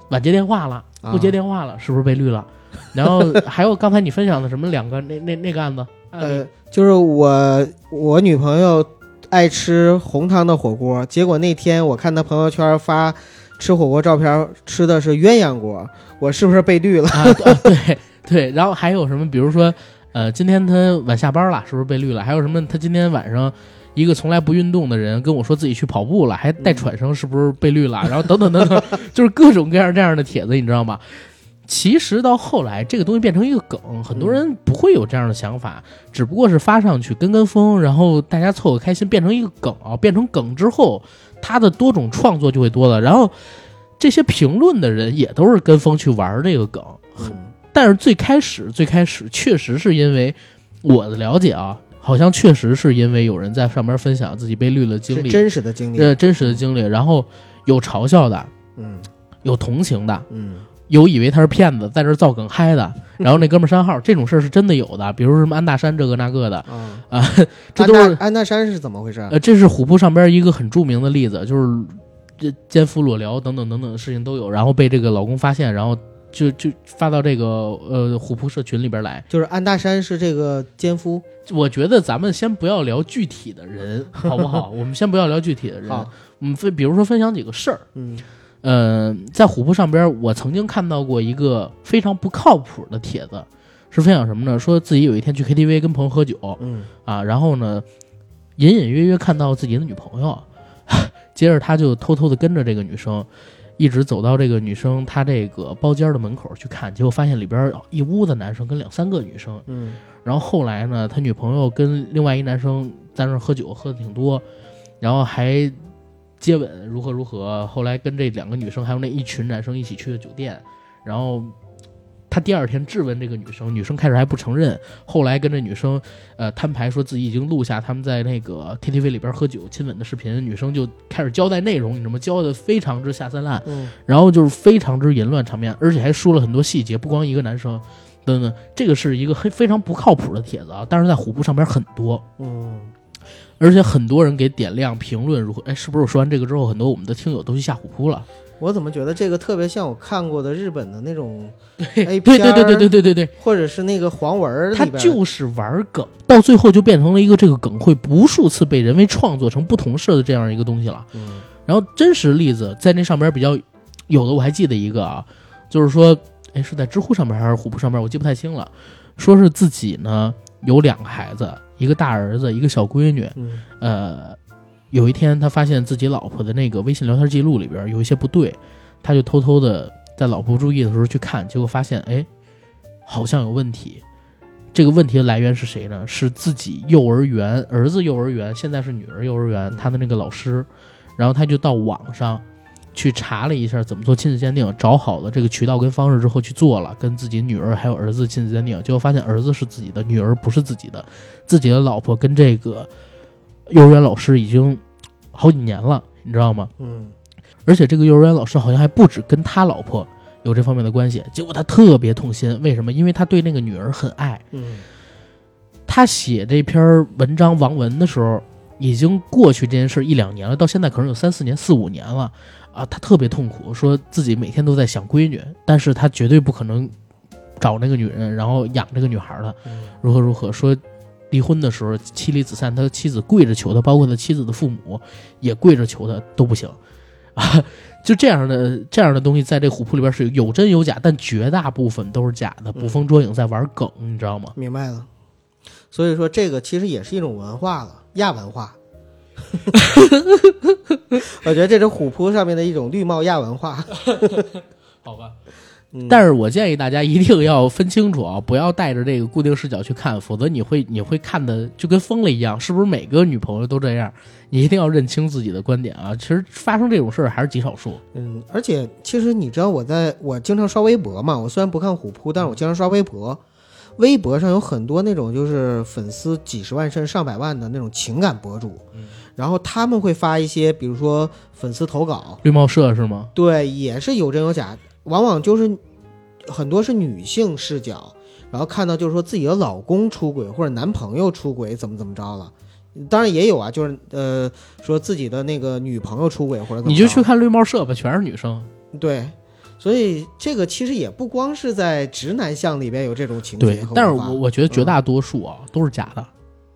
Speaker 1: 晚接电话了，
Speaker 5: 啊
Speaker 1: 不接电话了，是不是被绿了？然后还有刚才你分享的什么两个那那那个案子，啊
Speaker 5: 呃，就是我我女朋友爱吃红汤的火锅，结果那天我看她朋友圈发吃火锅照片，吃的是鸳鸯锅，我是不是被绿了？ (laughs)
Speaker 1: 啊，对对对，然后还有什么，比如说，呃，今天他晚下班了，是不是被绿了？还有什么，他今天晚上一个从来不运动的人跟我说自己去跑步了，还带喘声，是不是被绿了？然后等等等等， (laughs) 就是各种各样这样的帖子，你知道吗？其实到后来，这个东西变成一个梗，很多人不会有这样的想法，只不过是发上去跟跟风，然后大家凑合开心，变成一个梗啊。变成梗之后，它的多种创作就会多了，然后这些评论的人也都是跟风去玩这个梗，但是最开始最开始确实是因为我的了解啊，好像确实是因为有人在上面分享自己被绿的经
Speaker 5: 是
Speaker 1: 历，
Speaker 5: 真实的经历。
Speaker 1: 呃真实的经历，然后有嘲笑的，
Speaker 5: 嗯
Speaker 1: 有同情的，
Speaker 5: 嗯
Speaker 1: 有以为他是骗子在这儿造梗嗨的，然后那哥们儿删号，这种事儿是真的有的，比如说什么安大山这个那个的，
Speaker 5: 啊
Speaker 1: 啊这
Speaker 5: 安
Speaker 1: 都是
Speaker 5: 大安大山是怎么回事？
Speaker 1: 呃，这是虎扑上边一个很著名的例子，就是这奸夫裸聊等等等等的事情都有，然后被这个老公发现，然后就就发到这个呃虎扑社群里边来。
Speaker 5: 就是安大山是这个奸夫。
Speaker 1: 我觉得咱们先不要聊具体的人，好不好？我们先不要聊具体的人，
Speaker 5: 好，
Speaker 1: 我们分比如说分享几个事儿。
Speaker 5: 嗯
Speaker 1: 呃，在虎扑上边，我曾经看到过一个非常不靠谱的帖子，是分享什么呢？说自己有一天去 KTV 跟朋友喝酒，
Speaker 5: 嗯
Speaker 1: 啊，然后呢，隐隐约约看到自己的女朋友， (laughs) 接着他就偷偷的跟着这个女生，一直走到这个女生她这个包间的门口去看，结果发现里边一屋子男生跟两三个女生，
Speaker 5: 嗯
Speaker 1: 然后后来呢，他女朋友跟另外一男生在那儿喝酒，喝的挺多，然后还接吻，如何如何。后来跟这两个女生还有那一群男生一起去的酒店，然后他第二天质问这个女生，女生开始还不承认，后来跟这女生呃摊牌，说自己已经录下他们在那个 KTV 里边喝酒亲吻的视频，女生就开始交代内容，你知道吗？交代的非常之下三滥，
Speaker 5: 嗯
Speaker 1: 然后就是非常之淫乱场面，而且还说了很多细节，不光一个男生，等等，这个是一个非非常不靠谱的帖子啊，但是在虎扑上边很多，
Speaker 5: 嗯，
Speaker 1: 而且很多人给点亮评论，如何？哎，是不是我说完这个之后，很多我们的听友都去下虎扑了？
Speaker 5: 我怎么觉得这个特别像我看过的日本的那种
Speaker 1: 对
Speaker 5: A 片
Speaker 1: 对
Speaker 5: 儿
Speaker 1: 对对对对对对，
Speaker 5: 或者是那个黄文儿里
Speaker 1: 他
Speaker 5: 边儿
Speaker 1: 就是玩梗，到最后就变成了一个这个梗会无数次被人为创作成不同色的这样一个东西了。
Speaker 5: 嗯
Speaker 1: 然后真实例子在那上边比较有的，我还记得一个啊，就是说，哎，是在知乎上面还是虎扑上面，我记不太清了。说是自己呢有两个孩子，一个大儿子，一个小闺女。
Speaker 5: 嗯
Speaker 1: 呃，有一天他发现自己老婆的那个微信聊天记录里边有一些不对，他就偷偷的在老婆不注意的时候去看，结果发现，哎，好像有问题。这个问题的来源是谁呢？是自己幼儿园儿子幼儿园，现在是女儿幼儿园，他的那个老师，然后他就到网上去查了一下怎么做亲子鉴定，找好了这个渠道跟方式之后去做了，跟自己女儿还有儿子亲子鉴定，结果发现儿子是自己的，女儿不是自己的，自己的老婆跟这个幼儿园老师已经好几年了，你知道吗？
Speaker 5: 嗯
Speaker 1: 而且这个幼儿园老师好像还不止跟他老婆有这方面的关系，结果他特别痛心，为什么？因为他对那个女儿很爱。
Speaker 5: 嗯
Speaker 1: 他写这篇文章王文的时候，已经过去这件事一两年了，到现在可能有三四年、四五年了啊，他特别痛苦，说自己每天都在想闺女，但是他绝对不可能找那个女人，然后养这个女孩了，
Speaker 5: 嗯
Speaker 1: 如何如何说。离婚的时候，妻离子散，他妻子跪着求他，包括他妻子的父母也跪着求他，都不行啊！就这样的这样的东西，在这虎扑里边是有真有假，但绝大部分都是假的，捕风捉影，在玩梗，你知道吗？
Speaker 5: 明白了。所以说，这个其实也是一种文化了，亚文化。 (laughs) 我觉得这是虎扑上面的一种绿帽亚文化。
Speaker 1: 好吧，
Speaker 5: 嗯
Speaker 1: 但是我建议大家一定要分清楚啊，不要带着这个固定视角去看，否则你会你会看的就跟疯了一样。是不是每个女朋友都这样？你一定要认清自己的观点啊！其实发生这种事儿还是极少数。
Speaker 5: 嗯，而且其实你知道我在我经常刷微博嘛，我虽然不看虎扑，但是我经常刷微博。微博上有很多那种就是粉丝几十万甚至上百万的那种情感博主，然后他们会发一些，比如说粉丝投稿，
Speaker 1: 绿帽社是吗？
Speaker 5: 对，也是有真有假，往往就是很多是女性视角，然后看到就是说自己的老公出轨或者男朋友出轨怎么怎么着了，当然也有啊，就是呃说自己的那个女朋友出轨或者怎么
Speaker 1: 你就
Speaker 5: 着
Speaker 1: 去看绿帽社吧，全是女生。
Speaker 5: 对，所以这个其实也不光是在直男向里边有这种情节
Speaker 1: 对
Speaker 5: 和文化，，
Speaker 1: 但是我我觉得绝大多数啊、都是假的。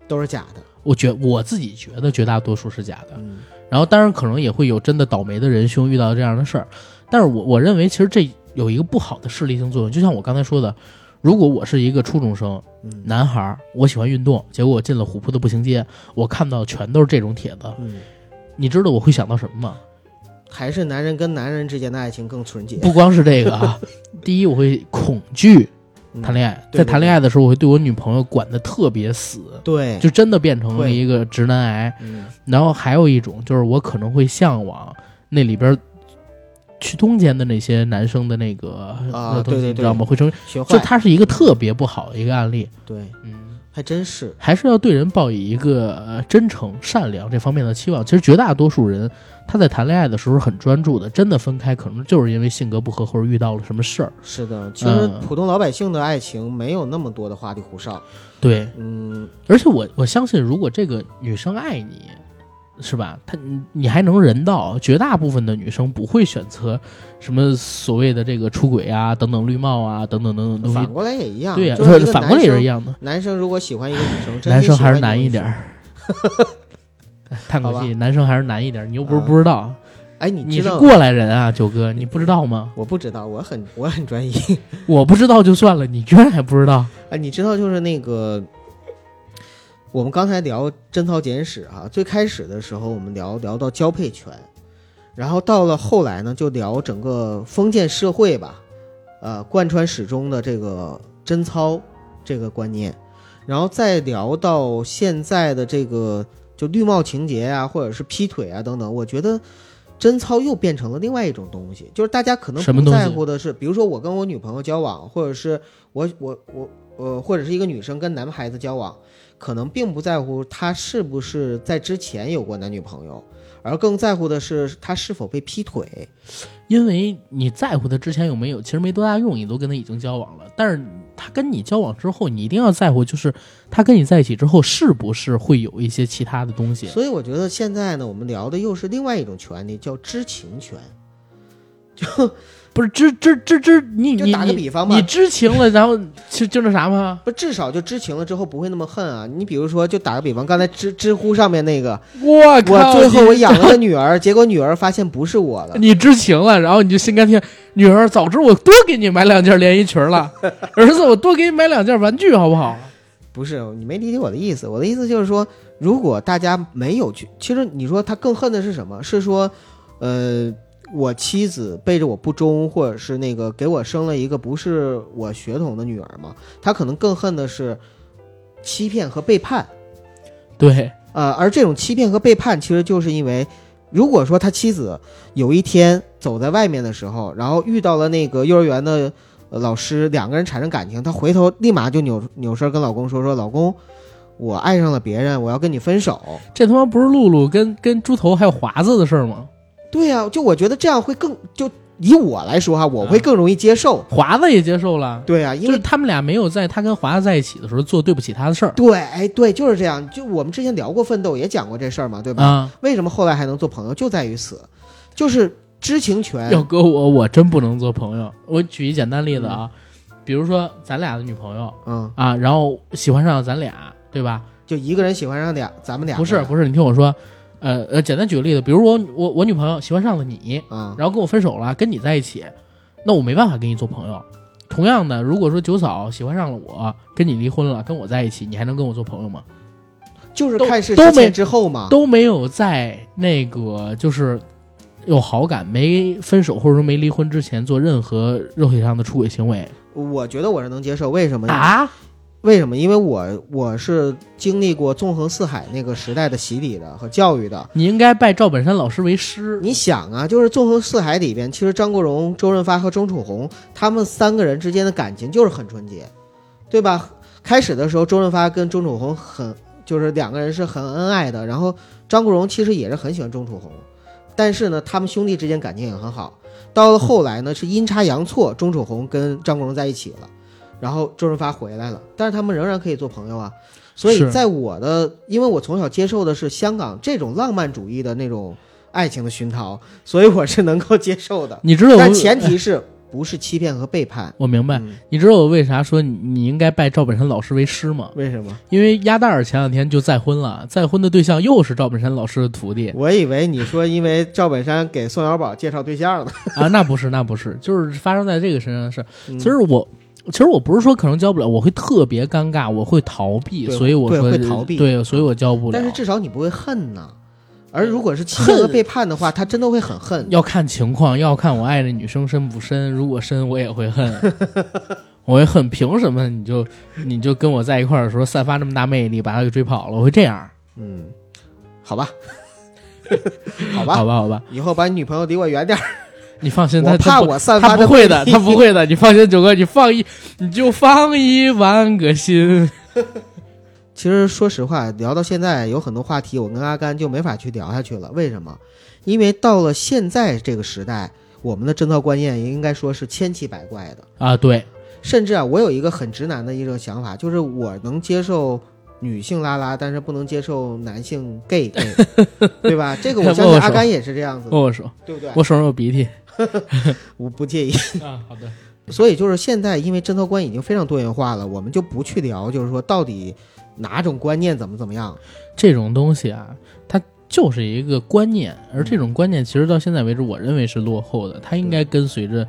Speaker 5: 都是假的。
Speaker 1: 我觉我自己觉得绝大多数是假的。
Speaker 5: 嗯
Speaker 1: 然后当然可能也会有真的倒霉的仁兄遇到这样的事儿，但是我我认为其实这有一个不好的势力性作用，就像我刚才说的，如果我是一个初中生
Speaker 5: 嗯
Speaker 1: 男孩儿，我喜欢运动，结果我进了虎扑的步行街，我看到全都是这种帖子，
Speaker 5: 嗯，
Speaker 1: 你知道我会想到什么吗？
Speaker 5: 还是男人跟男人之间的爱情更纯洁。
Speaker 1: 不光是这个
Speaker 5: (laughs)
Speaker 1: 啊，第一我会恐惧谈恋爱，
Speaker 5: 嗯对
Speaker 1: 在
Speaker 5: 对
Speaker 1: 谈恋爱的时候我会对我女朋友管得特别死，
Speaker 5: 对，
Speaker 1: 就真的变成了
Speaker 5: 会
Speaker 1: 一个直男癌。
Speaker 5: 嗯
Speaker 1: 然后还有一种就是我可能会向往那里边儿去通奸的那些男生的那个
Speaker 5: 啊
Speaker 1: 那东西
Speaker 5: 对对对
Speaker 1: 你知道吗？会成
Speaker 5: 学
Speaker 1: 就
Speaker 5: 坏
Speaker 1: 它是一个特别不好的一个案例。
Speaker 5: 对，
Speaker 1: 嗯，
Speaker 5: 还真是
Speaker 1: 还是要对人抱以一个呃真诚、善良这方面的期望。其实绝大多数人他在谈恋爱的时候很专注的，真的分开可能就是因为性格不合或者遇到了什么事儿。
Speaker 5: 是的。其实
Speaker 1: 嗯
Speaker 5: 普通老百姓的爱情没有那么多的花里胡哨。
Speaker 1: 对，
Speaker 5: 嗯，
Speaker 1: 而且我我相信，如果这个女生爱你，是吧？她你你还能人道，绝大部分的女生不会选择什么所谓的这个出轨啊、等等绿帽啊、等等等等东
Speaker 5: 反
Speaker 1: 西。
Speaker 5: 过来也一样，
Speaker 1: 对呀、
Speaker 5: 就是一个
Speaker 1: 反过来也是一
Speaker 5: 样。
Speaker 1: 样的。
Speaker 5: 男生如果喜欢一个女生，真
Speaker 1: 男
Speaker 5: 心
Speaker 1: 生
Speaker 5: 喜
Speaker 1: 还
Speaker 5: 欢
Speaker 1: 是
Speaker 5: 一个
Speaker 1: 难
Speaker 5: 女
Speaker 1: 一点
Speaker 5: 生。
Speaker 1: 儿。
Speaker 5: (laughs)
Speaker 1: 哎叹口
Speaker 5: 好
Speaker 1: 气，男生还是难一点儿。你又不是
Speaker 5: 啊
Speaker 1: 不知道，
Speaker 5: 哎，你
Speaker 1: 你
Speaker 5: 知
Speaker 1: 是
Speaker 5: 道？
Speaker 1: 过来人啊，九哥，你不知道吗？
Speaker 5: 我不知道，我很我很专一。
Speaker 1: 我不知道就算了，你居然还不知道？
Speaker 5: (laughs) 哎，你知道就是那个，我们刚才聊《贞操简史》哈，最开始的时候我们聊聊到交配权，然后到了后来呢，就聊整个封建社会吧，呃，贯穿始终的这个贞操这个观念，然后再聊到现在的这个就绿帽情节啊，或者是劈腿啊等等，我觉得。贞操又变成了另外一种东西，就是大家可能
Speaker 1: 什么
Speaker 5: 不
Speaker 1: 东
Speaker 5: 在
Speaker 1: 西
Speaker 5: 乎的是，比如说我跟我女朋友交往，或者是我我我呃，或者是一个女生跟男孩子交往，可能并不在乎她是不是在之前有过男女朋友，而更在乎的是她是否被劈腿。
Speaker 1: 因为你在乎他之前有没有，其实没多大用，你都跟他已经交往了。但是他跟你交往之后，你一定要在乎，就是他跟你在一起之后是不是会有一些其他的东西。
Speaker 5: 所以我觉得现在呢，我们聊的又是另外一种权利，叫知情权。
Speaker 1: 不是知知知知，你
Speaker 5: 就
Speaker 1: 你
Speaker 5: 打个
Speaker 1: 你
Speaker 5: 比方吧
Speaker 1: 你知情了，然后就就那啥嘛，
Speaker 5: 不，至少就知情了之后不会那么恨啊。你比如说，就打个比方，刚才知知乎上面那个，
Speaker 1: 我
Speaker 5: 我最后我养了个女儿，结果女儿发现不是我了。
Speaker 1: 你知情了，然后你就心甘情愿。女儿，早知我多给你买两件连衣裙
Speaker 5: (laughs)
Speaker 1: 了，儿子，我多给你买两件玩具好不好？
Speaker 5: 不是你没理解我的意思，我的意思就是说，如果大家没有去，其实你说他更恨的是什么？是说，呃，我妻子背着我不忠，或者是那个给我生了一个不是我血统的女儿嘛？他可能更恨的是欺骗和背叛。
Speaker 1: 对，
Speaker 5: 呃，而这种欺骗和背叛，其实就是因为，如果说他妻子有一天走在外面的时候，然后遇到了那个幼儿园的呃老师，两个人产生感情，他回头立马就扭扭身跟老公说说，老公，我爱上了别人，我要跟你分手。
Speaker 1: 这他妈不是露露跟跟猪头还有华子的事儿吗？
Speaker 5: 对呀、就我觉得这样会更就以我来说哈，我会更容易接受。
Speaker 1: 华子也接受了，
Speaker 5: 对呀、啊因
Speaker 1: 就是
Speaker 5: 为。
Speaker 1: 他们俩没有在他跟华子在一起的时候做对不起他的事儿
Speaker 5: 对，哎，对，就是这样。就我们之前聊过奋斗，也讲过这事儿嘛，对吧？
Speaker 1: 啊。
Speaker 5: 为什么后来还能做朋友，就在于此，就是知情权。
Speaker 1: 要搁我，我真不能做朋友。我举一简单例子啊，比如说咱俩的女朋友
Speaker 5: 嗯，
Speaker 1: 啊，然后喜欢上了咱俩，对吧？
Speaker 5: 就一个人喜欢上俩，咱们俩
Speaker 1: 不是
Speaker 5: 人
Speaker 1: 不是，你听我说，呃呃，简单举个例子，比如我我我女朋友喜欢上了你，
Speaker 5: 啊，
Speaker 1: 然后跟我分手了，跟你在一起，那我没办法跟你做朋友。同样的，如果说九嫂喜欢上了我，跟你离婚了，跟我在一起，你还能跟我做朋友吗？
Speaker 5: 就是
Speaker 1: 都
Speaker 5: 看是
Speaker 1: 都
Speaker 5: 之
Speaker 1: 没
Speaker 5: 啊前之后嘛。
Speaker 1: 都没有在那个就是有好感，没分手或者说没离婚之前做任何肉体上的出轨行为
Speaker 5: 我觉得我是能接受，为什么？
Speaker 1: 啊？
Speaker 5: 为什么？因为我我是经历过纵横四海那个时代的洗礼的和教育的。
Speaker 1: 你应该拜赵本山老师为师。
Speaker 5: 你想啊，就是纵横四海里边，其实张国荣、周润发和钟楚红他们三个人之间的感情就是很纯洁，对吧？开始的时候，周润发跟钟楚红很就是两个人是很恩爱的，然后张国荣其实也是很喜欢钟楚红，但是呢，他们兄弟之间感情也很好。到了后来呢，是阴差阳错，钟楚红跟张国荣在一起了，然后周润发回来了，但是他们仍然可以做朋友啊。所以
Speaker 1: 是
Speaker 5: 在我的，因为我从小接受的是香港这种浪漫主义的那种爱情的熏陶， (laughs) 所以我是能够接受的，
Speaker 1: 你知道我
Speaker 5: 但前提是不是欺骗和背叛。
Speaker 1: 我明白，
Speaker 5: 嗯
Speaker 1: 你知道我为啥说你你应该拜赵本山老师为师吗？
Speaker 5: 为什么？
Speaker 1: 因为鸭蛋儿前两天就再婚了，再婚的对象又是赵本山老师的徒弟
Speaker 5: 我以为你说因为赵本山给宋小宝介绍对象呢。 (laughs)
Speaker 1: 啊，那不是那不是，就是发生在这个身上的事。
Speaker 5: 嗯
Speaker 1: 其实我。其实我不是说可能交不了，我会特别尴尬，我会逃避，
Speaker 5: 对
Speaker 1: 所以我
Speaker 5: 对
Speaker 1: 说
Speaker 5: 会逃避嗯
Speaker 1: 对，所以我交不了。
Speaker 5: 但是至少你不会恨呐。而如果是欺骗和背叛的话，他真的会很恨。
Speaker 1: 要看情况，要看我爱的女生深不深。如果深，我也会
Speaker 5: (laughs)
Speaker 1: 恨，我会恨。凭什么你就你就跟我在一块儿的时候散发这么大魅力，把她给追跑了？我会这样，
Speaker 5: 嗯，好吧，好吧，
Speaker 1: 好吧，好吧，
Speaker 5: 以后把你女朋友离我远点儿，
Speaker 1: 你放心，
Speaker 5: 我
Speaker 1: 她
Speaker 5: 怕
Speaker 1: 她不
Speaker 5: 我散
Speaker 1: 她
Speaker 5: 发
Speaker 1: 不会的，
Speaker 5: 魅力
Speaker 1: 她不。会的，你放心，九哥，你放一你就放一万个
Speaker 5: (laughs)
Speaker 1: 心。
Speaker 5: 其实说实话，聊到现在有很多话题，我跟阿甘就没法去聊下去了。为什么？因为到了现在这个时代，我们的贞操观念应该说是千奇百怪的。
Speaker 1: 啊，对，
Speaker 5: 甚至啊，我有一个很直男的一种想法，就是我能接受女性拉拉，但是不能接受男性 gay gay，对吧？ (laughs) 这个我相
Speaker 1: 握握
Speaker 5: 信
Speaker 1: 手
Speaker 5: 阿甘也是这样子的，
Speaker 1: 握哎我手，
Speaker 5: 对不对？
Speaker 1: 我手上有鼻涕。
Speaker 5: 我不介意。 (laughs)
Speaker 1: 啊，好的，
Speaker 5: 所以就是现在，因为贞操观已经非常多元化了，我们就不去聊，就是说到底哪种观念怎么怎么样。
Speaker 1: 这种东西啊，它就是一个观念，而这种观念其实到现在为止，我认为是落后的，它应该跟随着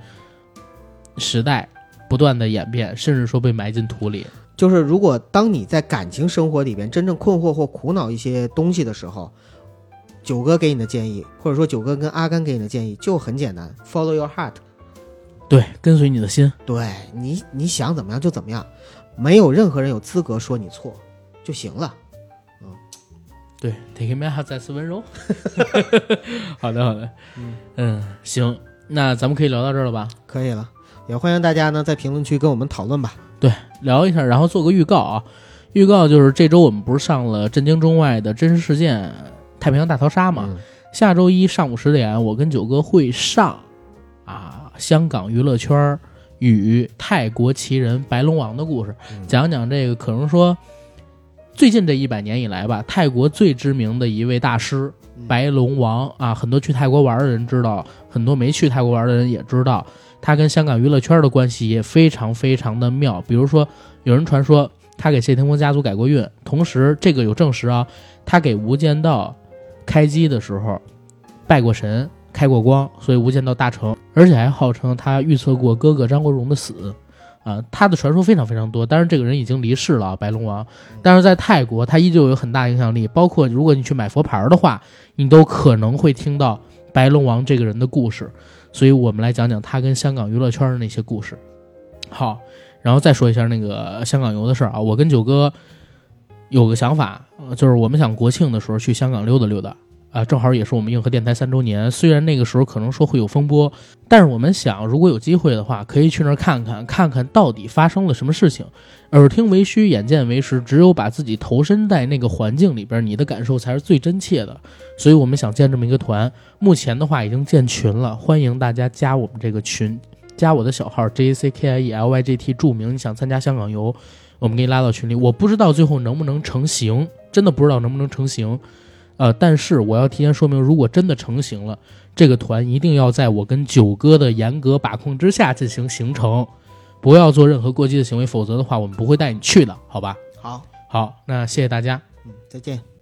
Speaker 1: 时代不断的演变，甚至说被埋进土里。
Speaker 5: 就是如果当你在感情生活里边真正困惑或苦恼一些东西的时候，九哥给你的建议，或者说九哥跟阿甘给你的建议就很简单，follow your heart。
Speaker 1: 对，跟随你的心，
Speaker 5: 对你，你想怎么样就怎么样，没有任何人有资格说你错就行了。
Speaker 1: 对，Take me out，再次 (laughs) 温柔。好的，好的，嗯，行，那咱们可以聊到这儿了吧？
Speaker 5: 可以了，也欢迎大家呢在评论区跟我们讨论吧。
Speaker 1: 聊一下，然后做个预告啊。预告就是这周我们不是上了震惊中外的真实事件——太平洋大逃杀嘛？
Speaker 5: 嗯
Speaker 1: 下周一上午十点，我跟九哥会上啊香港娱乐圈儿与泰国奇人白龙王的故事，
Speaker 5: 嗯
Speaker 1: 讲讲这个可能说最近这一百年以来吧，泰国最知名的一位大师
Speaker 5: 嗯
Speaker 1: 白龙王啊，很多去泰国玩的人知道，很多没去泰国玩的人也知道，他跟香港娱乐圈的关系也非常非常的妙。比如说，有人传说他给谢霆锋家族改过运，同时这个有证实啊，他给《无间道》开机的时候拜过神，开过光，所以《无间道》大成，而且还号称他预测过哥哥张国荣的死。啊、他的传说非常非常多，但是这个人已经离世了啊，白龙王。但是在泰国，他依旧有很大影响力。包括如果你去买佛牌儿的话，你都可能会听到白龙王这个人的故事。所以我们来讲讲他跟香港娱乐圈的那些故事。好，然后再说一下那个香港游的事儿啊，我跟九哥有个想法，呃就是我们想国庆的时候去香港溜达溜达。啊，正好也是我们硬核电台三周年。虽然那个时候可能说会有风波，但是我们想，如果有机会的话，可以去那儿看看，看看到底发生了什么事情。耳听为虚，眼见为实，只有把自己投身在那个环境里边，你的感受才是最真切的。所以我们想建这么一个团，目前的话已经建群了，欢迎大家加我们这个群，加我的小号 J A C K I E L Y G T 注明你想参加香港游，我们给你拉到群里。我不知道最后能不能成型，真的不知道能不能成型。呃，但是我要提前说明，如果真的成型了，这个团一定要在我跟九哥的严格把控之下进行形成，不要做任何过激的行为，否则的话，我们不会带你去的，好吧？
Speaker 5: 好，
Speaker 1: 好，那谢谢大家。
Speaker 5: 嗯，再见。